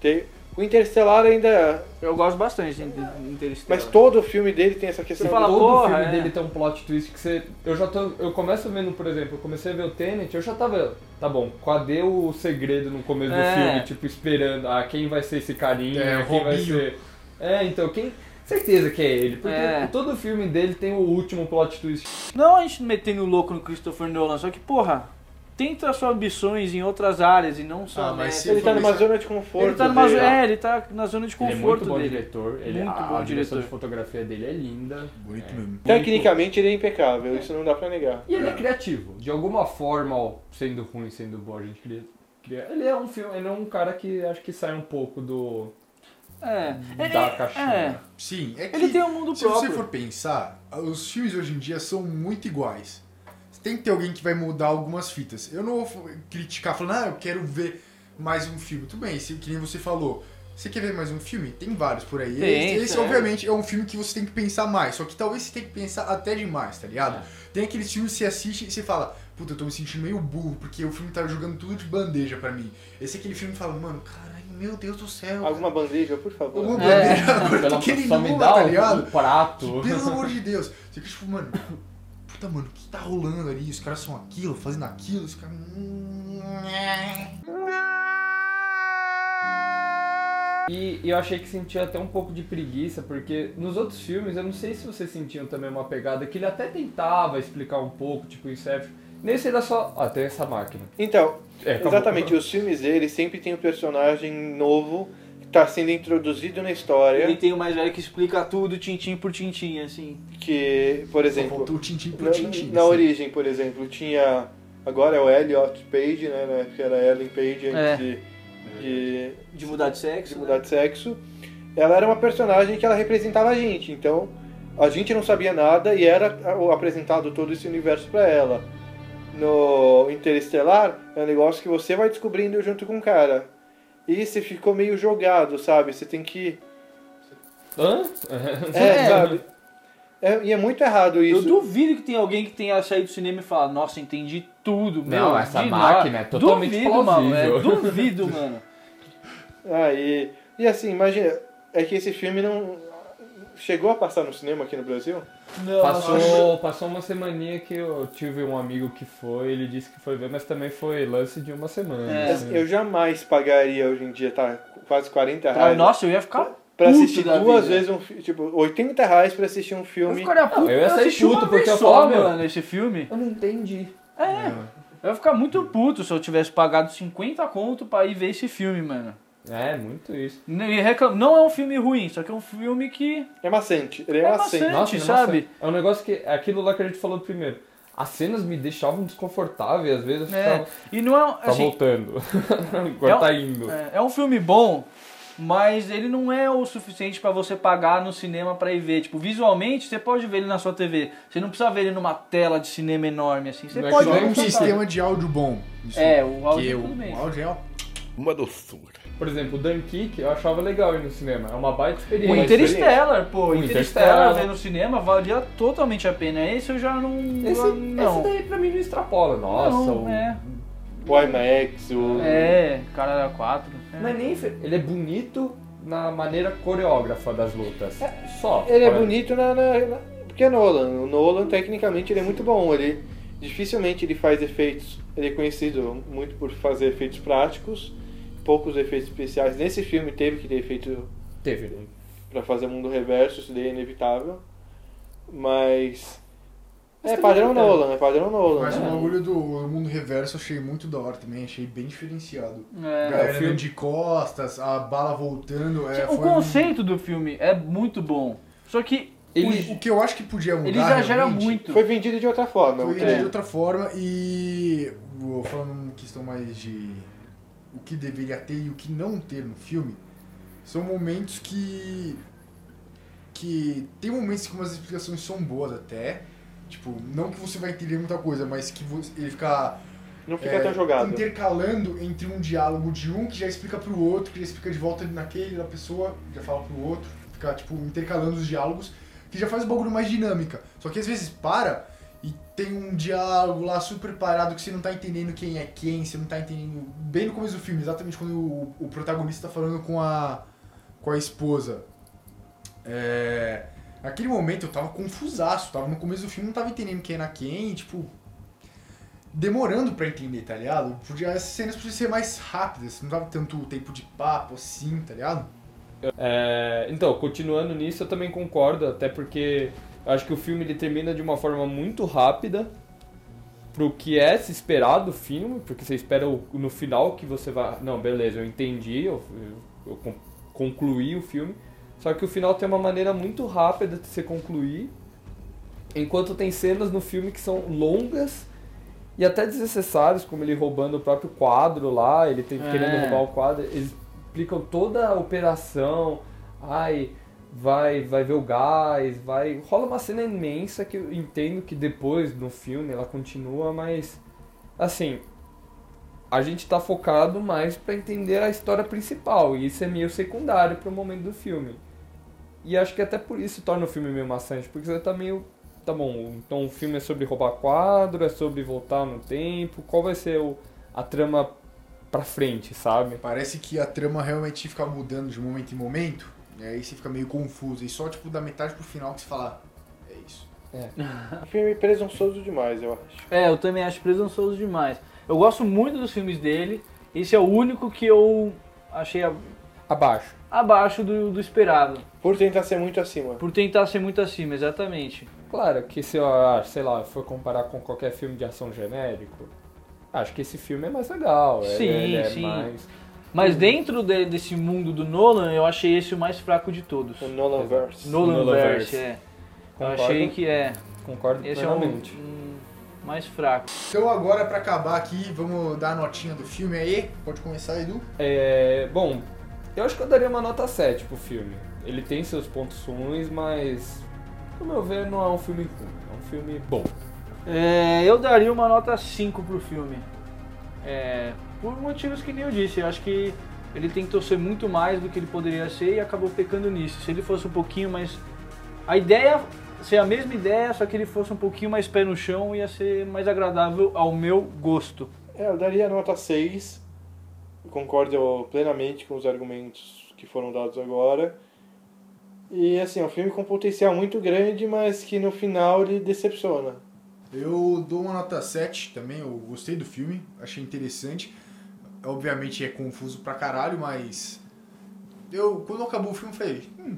Speaker 2: Tem... O Interstellar ainda.
Speaker 3: Eu gosto bastante de Interestelar.
Speaker 4: É.
Speaker 2: Mas todo o filme dele tem essa questão.
Speaker 3: Você fala,
Speaker 4: todo
Speaker 3: porra,
Speaker 4: filme
Speaker 3: é.
Speaker 4: dele tem um plot twist que você. Eu já tô. Eu começo vendo, por exemplo, eu comecei a ver o Tenet, eu já tava. Tá bom, cadê o segredo no começo
Speaker 3: É.
Speaker 4: do filme? Tipo, esperando. Ah, quem vai ser esse carinha?
Speaker 1: É, o
Speaker 4: quem vai
Speaker 1: Robinho.
Speaker 4: ser. É, então, quem. Certeza que é ele, porque
Speaker 3: É.
Speaker 4: todo filme dele tem o último plot twist.
Speaker 3: Não a gente metendo louco no Christopher Nolan, só que, porra, tenta suas ambições em outras áreas e não só.
Speaker 1: Ah,
Speaker 3: nessa.
Speaker 1: mas se
Speaker 2: Ele tá
Speaker 1: for
Speaker 2: numa
Speaker 1: pensar-
Speaker 2: zona de conforto.
Speaker 3: Ele tá numa
Speaker 2: dele.
Speaker 3: zona. É, ele tá na zona de
Speaker 4: Ele é
Speaker 3: conforto
Speaker 4: muito bom
Speaker 3: dele.
Speaker 4: diretor, ele
Speaker 3: Muito
Speaker 4: a,
Speaker 3: bom
Speaker 4: a direção
Speaker 3: diretor.
Speaker 4: de fotografia dele é linda.
Speaker 1: Bonito
Speaker 4: É.
Speaker 1: mesmo.
Speaker 2: Tecnicamente ele é
Speaker 4: É.
Speaker 2: impecável, isso não dá pra negar.
Speaker 4: E ele é criativo, de alguma forma, ó, sendo ruim, sendo bom, a gente cria- cria- Ele é um filme, ele é um cara que acho que sai um pouco do.
Speaker 3: É.
Speaker 4: Da
Speaker 3: É,
Speaker 4: caixinha.
Speaker 3: é.
Speaker 1: Sim, é que
Speaker 3: Ele tem um mundo
Speaker 1: se
Speaker 3: próprio.
Speaker 1: você for pensar, os filmes hoje em dia são muito iguais. Tem que ter alguém que vai mudar algumas fitas. Eu não vou f- criticar falando, ah, eu quero ver mais um filme. Tudo bem, se, que nem você falou. Você quer ver mais um filme? Tem vários por aí.
Speaker 3: Tem,
Speaker 1: esse, esse,
Speaker 3: tem.
Speaker 1: obviamente, é um filme que você tem que pensar mais. Só que talvez você tenha que pensar até demais, tá ligado? Tem aqueles filmes que você assiste e você fala, puta, eu tô me sentindo meio burro, porque o filme tá jogando tudo de bandeja pra mim. Esse é aquele filme que fala, mano, caralho, meu Deus do céu.
Speaker 2: Alguma bandeja, por favor.
Speaker 3: Uhum.
Speaker 1: Alguma
Speaker 4: É.
Speaker 1: bandeja agora, eu tô
Speaker 4: Pela-
Speaker 1: querendo
Speaker 4: só me
Speaker 1: uma,
Speaker 4: dá
Speaker 1: tá
Speaker 4: um-
Speaker 1: ligado?
Speaker 4: um prato.
Speaker 1: Pelo amor de Deus. Você fica tipo, mano, puta, mano, o que tá rolando ali? Os caras são aquilo, fazendo aquilo, os caras. hum,
Speaker 4: E e eu achei que sentia até um pouco de preguiça, porque nos outros filmes, eu não sei se vocês sentiam também uma pegada que ele até tentava explicar um pouco, tipo Inception. Nesse era só, ó, tem essa máquina.
Speaker 2: Então,
Speaker 4: É, acabou.
Speaker 2: exatamente, os filmes dele sempre tem um personagem novo que tá sendo introduzido na história.
Speaker 3: Ele tem o mais velho que explica tudo, tintim por tintim, assim.
Speaker 2: Que, por
Speaker 1: Só
Speaker 2: exemplo,
Speaker 1: faltou o tintim pro
Speaker 2: na,
Speaker 1: tintim.
Speaker 2: na
Speaker 1: assim.
Speaker 2: origem, por exemplo, tinha. Agora é o Elliot Page, né? Na época era Ellen Page antes
Speaker 3: É.
Speaker 2: de- de,
Speaker 3: De mudar de sexo. né?
Speaker 2: de mudar de sexo. Ela era uma personagem que ela representava a gente, então a gente não sabia nada e era a- apresentado todo esse universo pra ela. No Interestelar é um negócio que você vai descobrindo junto com o cara. E você ficou meio jogado, sabe? Você tem que.
Speaker 4: Hã?
Speaker 2: É, sabe? É, e é muito errado
Speaker 3: Eu
Speaker 2: isso.
Speaker 3: duvido que tenha alguém que tenha saído do cinema e falado, nossa, entendi tudo, meu.
Speaker 4: Não, essa
Speaker 3: de
Speaker 4: máquina
Speaker 3: nada."
Speaker 4: é totalmente
Speaker 3: Duvido, mano. É,
Speaker 4: plausível.
Speaker 3: duvido, mano.
Speaker 2: Ah, e, e assim, imagina, é que esse filme não. Chegou a passar no cinema aqui no Brasil?
Speaker 3: Não, acho-
Speaker 4: Passou, passou uma semaninha que eu tive um amigo que foi, ele disse que foi ver, mas também foi lance de uma semana.
Speaker 3: É.
Speaker 2: Assim, Eu jamais pagaria hoje em dia, tá? Quase 40
Speaker 3: Pra-
Speaker 2: reais.
Speaker 3: Nossa, eu ia ficar.
Speaker 2: Pra
Speaker 3: puto
Speaker 2: assistir
Speaker 3: da
Speaker 2: duas
Speaker 3: vida.
Speaker 2: vezes um filme. Tipo, 80 reais pra assistir um
Speaker 3: Eu
Speaker 2: filme.
Speaker 3: ficaria puto.
Speaker 4: eu ia sair
Speaker 3: assisti uma
Speaker 4: puto, porque
Speaker 3: vez
Speaker 4: eu
Speaker 3: só,
Speaker 4: falava, meu-
Speaker 3: mano, esse filme.
Speaker 4: Eu não entendi.
Speaker 3: É. Eu ia ficar muito puto se eu tivesse pagado 50 conto pra ir ver esse filme, mano.
Speaker 4: É, muito isso.
Speaker 3: Não, e reclam- não é um filme ruim, só que é um filme que.
Speaker 2: É maçante. Ele é,
Speaker 3: É
Speaker 2: maçante.
Speaker 3: maçante.
Speaker 4: Nossa,
Speaker 3: sabe?
Speaker 4: nossa, é um negócio que. É aquilo lá que a gente falou primeiro. As cenas me deixavam desconfortável, às vezes eu
Speaker 3: É.
Speaker 4: ficava.
Speaker 3: E não é. um-
Speaker 4: Tá
Speaker 3: Assim,
Speaker 4: voltando. Agora
Speaker 3: um-
Speaker 4: tá indo.
Speaker 3: é, é um filme bom, mas ele não é o suficiente pra você pagar no cinema pra ir ver. Tipo, visualmente você pode ver ele na sua TV. Você não precisa ver ele numa tela de cinema enorme assim. Você
Speaker 4: Não é
Speaker 1: Pode
Speaker 3: pode
Speaker 4: que
Speaker 1: ter
Speaker 3: ver
Speaker 4: nem
Speaker 1: um
Speaker 3: num sofá.
Speaker 1: sistema de áudio bom. Isso
Speaker 3: É, o
Speaker 1: que
Speaker 3: áudio
Speaker 1: eu-
Speaker 3: tudo bem.
Speaker 1: O áudio é ó,
Speaker 6: Uma doçura.
Speaker 4: Por exemplo, o Dunkirk eu achava legal ir no cinema. É uma baita
Speaker 3: O
Speaker 4: experiência.
Speaker 3: Interstellar, pô,
Speaker 4: O
Speaker 3: o
Speaker 4: Interstellar.
Speaker 3: Interstellar ver no cinema valia totalmente a pena. Esse eu já não.
Speaker 4: Esse,
Speaker 3: não.
Speaker 4: esse daí é pra mim não extrapola. Nossa,
Speaker 3: não,
Speaker 4: o-
Speaker 3: é.
Speaker 2: O IMAX, o.
Speaker 3: É, cara da 4.
Speaker 4: não é nem. fe- Ele é bonito na maneira coreógrafa das lutas. Só.
Speaker 2: Ele é
Speaker 4: Olha,
Speaker 2: bonito na, na, na. Porque é Nolan. O Nolan, tecnicamente, ele é muito bom. Ele dificilmente ele faz efeitos. Ele é conhecido muito por fazer efeitos práticos, poucos efeitos especiais. Nesse filme teve que ter efeito
Speaker 4: Teve, né?
Speaker 2: pra fazer mundo reverso, isso daí é inevitável. Mas.
Speaker 4: Mas
Speaker 2: é
Speaker 4: também
Speaker 2: padrão
Speaker 4: não tem.
Speaker 2: Nolan, é padrão Nolan.
Speaker 1: Mas o
Speaker 2: né?
Speaker 1: um bagulho do mundo reverso eu achei muito da hora também, achei bem diferenciado.
Speaker 3: É.
Speaker 1: Galera
Speaker 4: o filme-
Speaker 1: andando de costas, a bala voltando. É,
Speaker 3: Tipo, o
Speaker 1: foi um-
Speaker 3: conceito do filme é muito bom. Só que
Speaker 1: O, o que eu acho que podia mudar.
Speaker 3: ele exagera
Speaker 1: realmente,
Speaker 3: muito.
Speaker 2: Foi vendido de outra forma. o
Speaker 1: Foi
Speaker 2: trailer.
Speaker 1: de outra forma e vou falando uma questão mais de o que deveria ter e o que não ter no filme, são momentos que que tem momentos que umas explicações são boas até, tipo, não que você vai entender muita coisa, mas que você, ele fica
Speaker 2: Não fica
Speaker 1: é,
Speaker 2: tão jogado.
Speaker 1: intercalando entre um diálogo de um que já explica pro outro, que já explica de volta naquele, da pessoa, já fala pro outro, fica tipo intercalando os diálogos, que já faz o bagulho mais dinâmica. Só que às vezes para e tem um diálogo lá super parado que você não tá entendendo quem é quem, você não tá entendendo. Bem no começo do filme, exatamente quando o, o protagonista tá falando com a, com a esposa. É, naquele momento eu tava confusaço, tava no começo do filme, não tava entendendo quem era quem, tipo, demorando pra entender, tá ligado? Podia, as cenas podiam ser mais rápidas, não tava tanto tempo de papo assim, tá ligado?
Speaker 4: É, então, continuando nisso, eu também concordo, até porque eu acho que o filme ele termina de uma forma muito rápida pro que é se esperar do filme, porque você espera o- no final que você vai. Não, beleza, eu entendi, eu, eu- eu con- concluí o filme. Só que o final tem uma maneira muito rápida de se concluir, enquanto tem cenas no filme que são longas E até desnecessários, como ele roubando o próprio quadro lá, ele tem-
Speaker 3: É.
Speaker 4: querendo roubar o quadro. Eles explicam toda a operação. Ai, vai, vai ver o gás, vai. Rola uma cena imensa que eu entendo que depois no filme ela continua, mas. Assim. A gente tá focado mais pra entender a história principal, e isso é meio secundário pro momento do filme. E acho que até por isso torna o filme meio maçante, porque você tá meio. Tá bom, então o filme é sobre roubar quadro, é sobre voltar no tempo, qual vai ser o, a trama pra frente, sabe?
Speaker 1: Parece que a trama realmente fica mudando de momento em momento, e aí você fica meio confuso, e só tipo da metade pro final que você fala, é isso.
Speaker 11: Filme presunçoso demais, eu acho.
Speaker 3: É, eu também acho presunçoso demais. Eu gosto muito dos filmes dele. Esse é o único que eu achei a-
Speaker 4: Abaixo.
Speaker 3: abaixo do, do esperado.
Speaker 11: Por tentar ser muito acima.
Speaker 3: Por tentar ser muito acima, exatamente.
Speaker 4: Claro que se eu, ah, sei lá, for comparar com qualquer filme de ação genérico, acho que esse filme é mais legal. é-
Speaker 3: Sim,
Speaker 4: ele é
Speaker 3: sim.
Speaker 4: mais-
Speaker 3: Mas dentro de- desse mundo do Nolan, eu achei esse o mais fraco de todos.
Speaker 11: O Nolan Verse.
Speaker 3: Nolan
Speaker 4: Nolanverse.
Speaker 3: Verse, é.
Speaker 4: Concordo.
Speaker 3: Eu achei que é.
Speaker 4: Concordo
Speaker 3: Esse é um,
Speaker 4: plenamente.
Speaker 3: um mais fraco.
Speaker 1: Então agora pra acabar aqui, vamos dar a notinha do filme aí. Pode começar, Edu.
Speaker 4: É, bom, eu acho que eu daria uma nota 7 pro filme. Ele tem seus pontos ruins, mas, no meu ver, não é um filme ruim. É um filme bom.
Speaker 3: É, eu daria uma nota 5 pro filme. É, por motivos que nem eu disse, eu acho que ele tentou ser muito mais do que ele poderia ser e acabou pecando nisso. Se ele fosse um pouquinho mais. A ideia ser a mesma ideia, só que ele fosse um pouquinho mais pé no chão, ia ser mais agradável ao meu gosto.
Speaker 11: É, eu daria nota 6. Concordo plenamente com os argumentos que foram dados agora. E assim, é um filme com potencial muito grande, mas que no final ele decepciona.
Speaker 1: Eu dou uma nota 7 também, eu gostei do filme, achei interessante. Obviamente é confuso pra caralho, mas. Eu, quando acabou o filme, falei. Hum,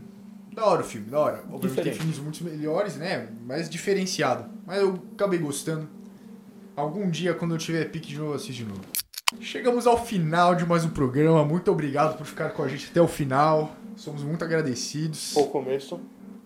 Speaker 1: da hora o filme, da hora. Obviamente tem
Speaker 11: Diferente.
Speaker 1: filmes muito melhores, né? Mais diferenciado. Mas eu acabei gostando. Algum dia, quando eu tiver pique de novo, eu assisto de novo. Chegamos ao final de mais um programa. Muito obrigado por ficar com a gente até o final. Somos muito agradecidos.
Speaker 11: Ou começo.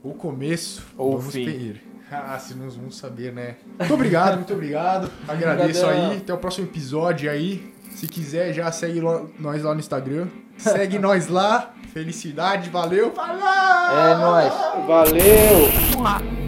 Speaker 1: O começo
Speaker 3: Ou
Speaker 1: vamos
Speaker 3: fim.
Speaker 1: pedir. Ah, se nós vamos saber, né? Muito obrigado, muito obrigado. Agradeço
Speaker 4: Obrigadão.
Speaker 1: aí. Até o próximo episódio aí. Se quiser, já segue lo- nós lá no Instagram. Segue nós lá. Felicidade, valeu. Falou!
Speaker 4: É nóis.
Speaker 11: Valeu!
Speaker 8: Uma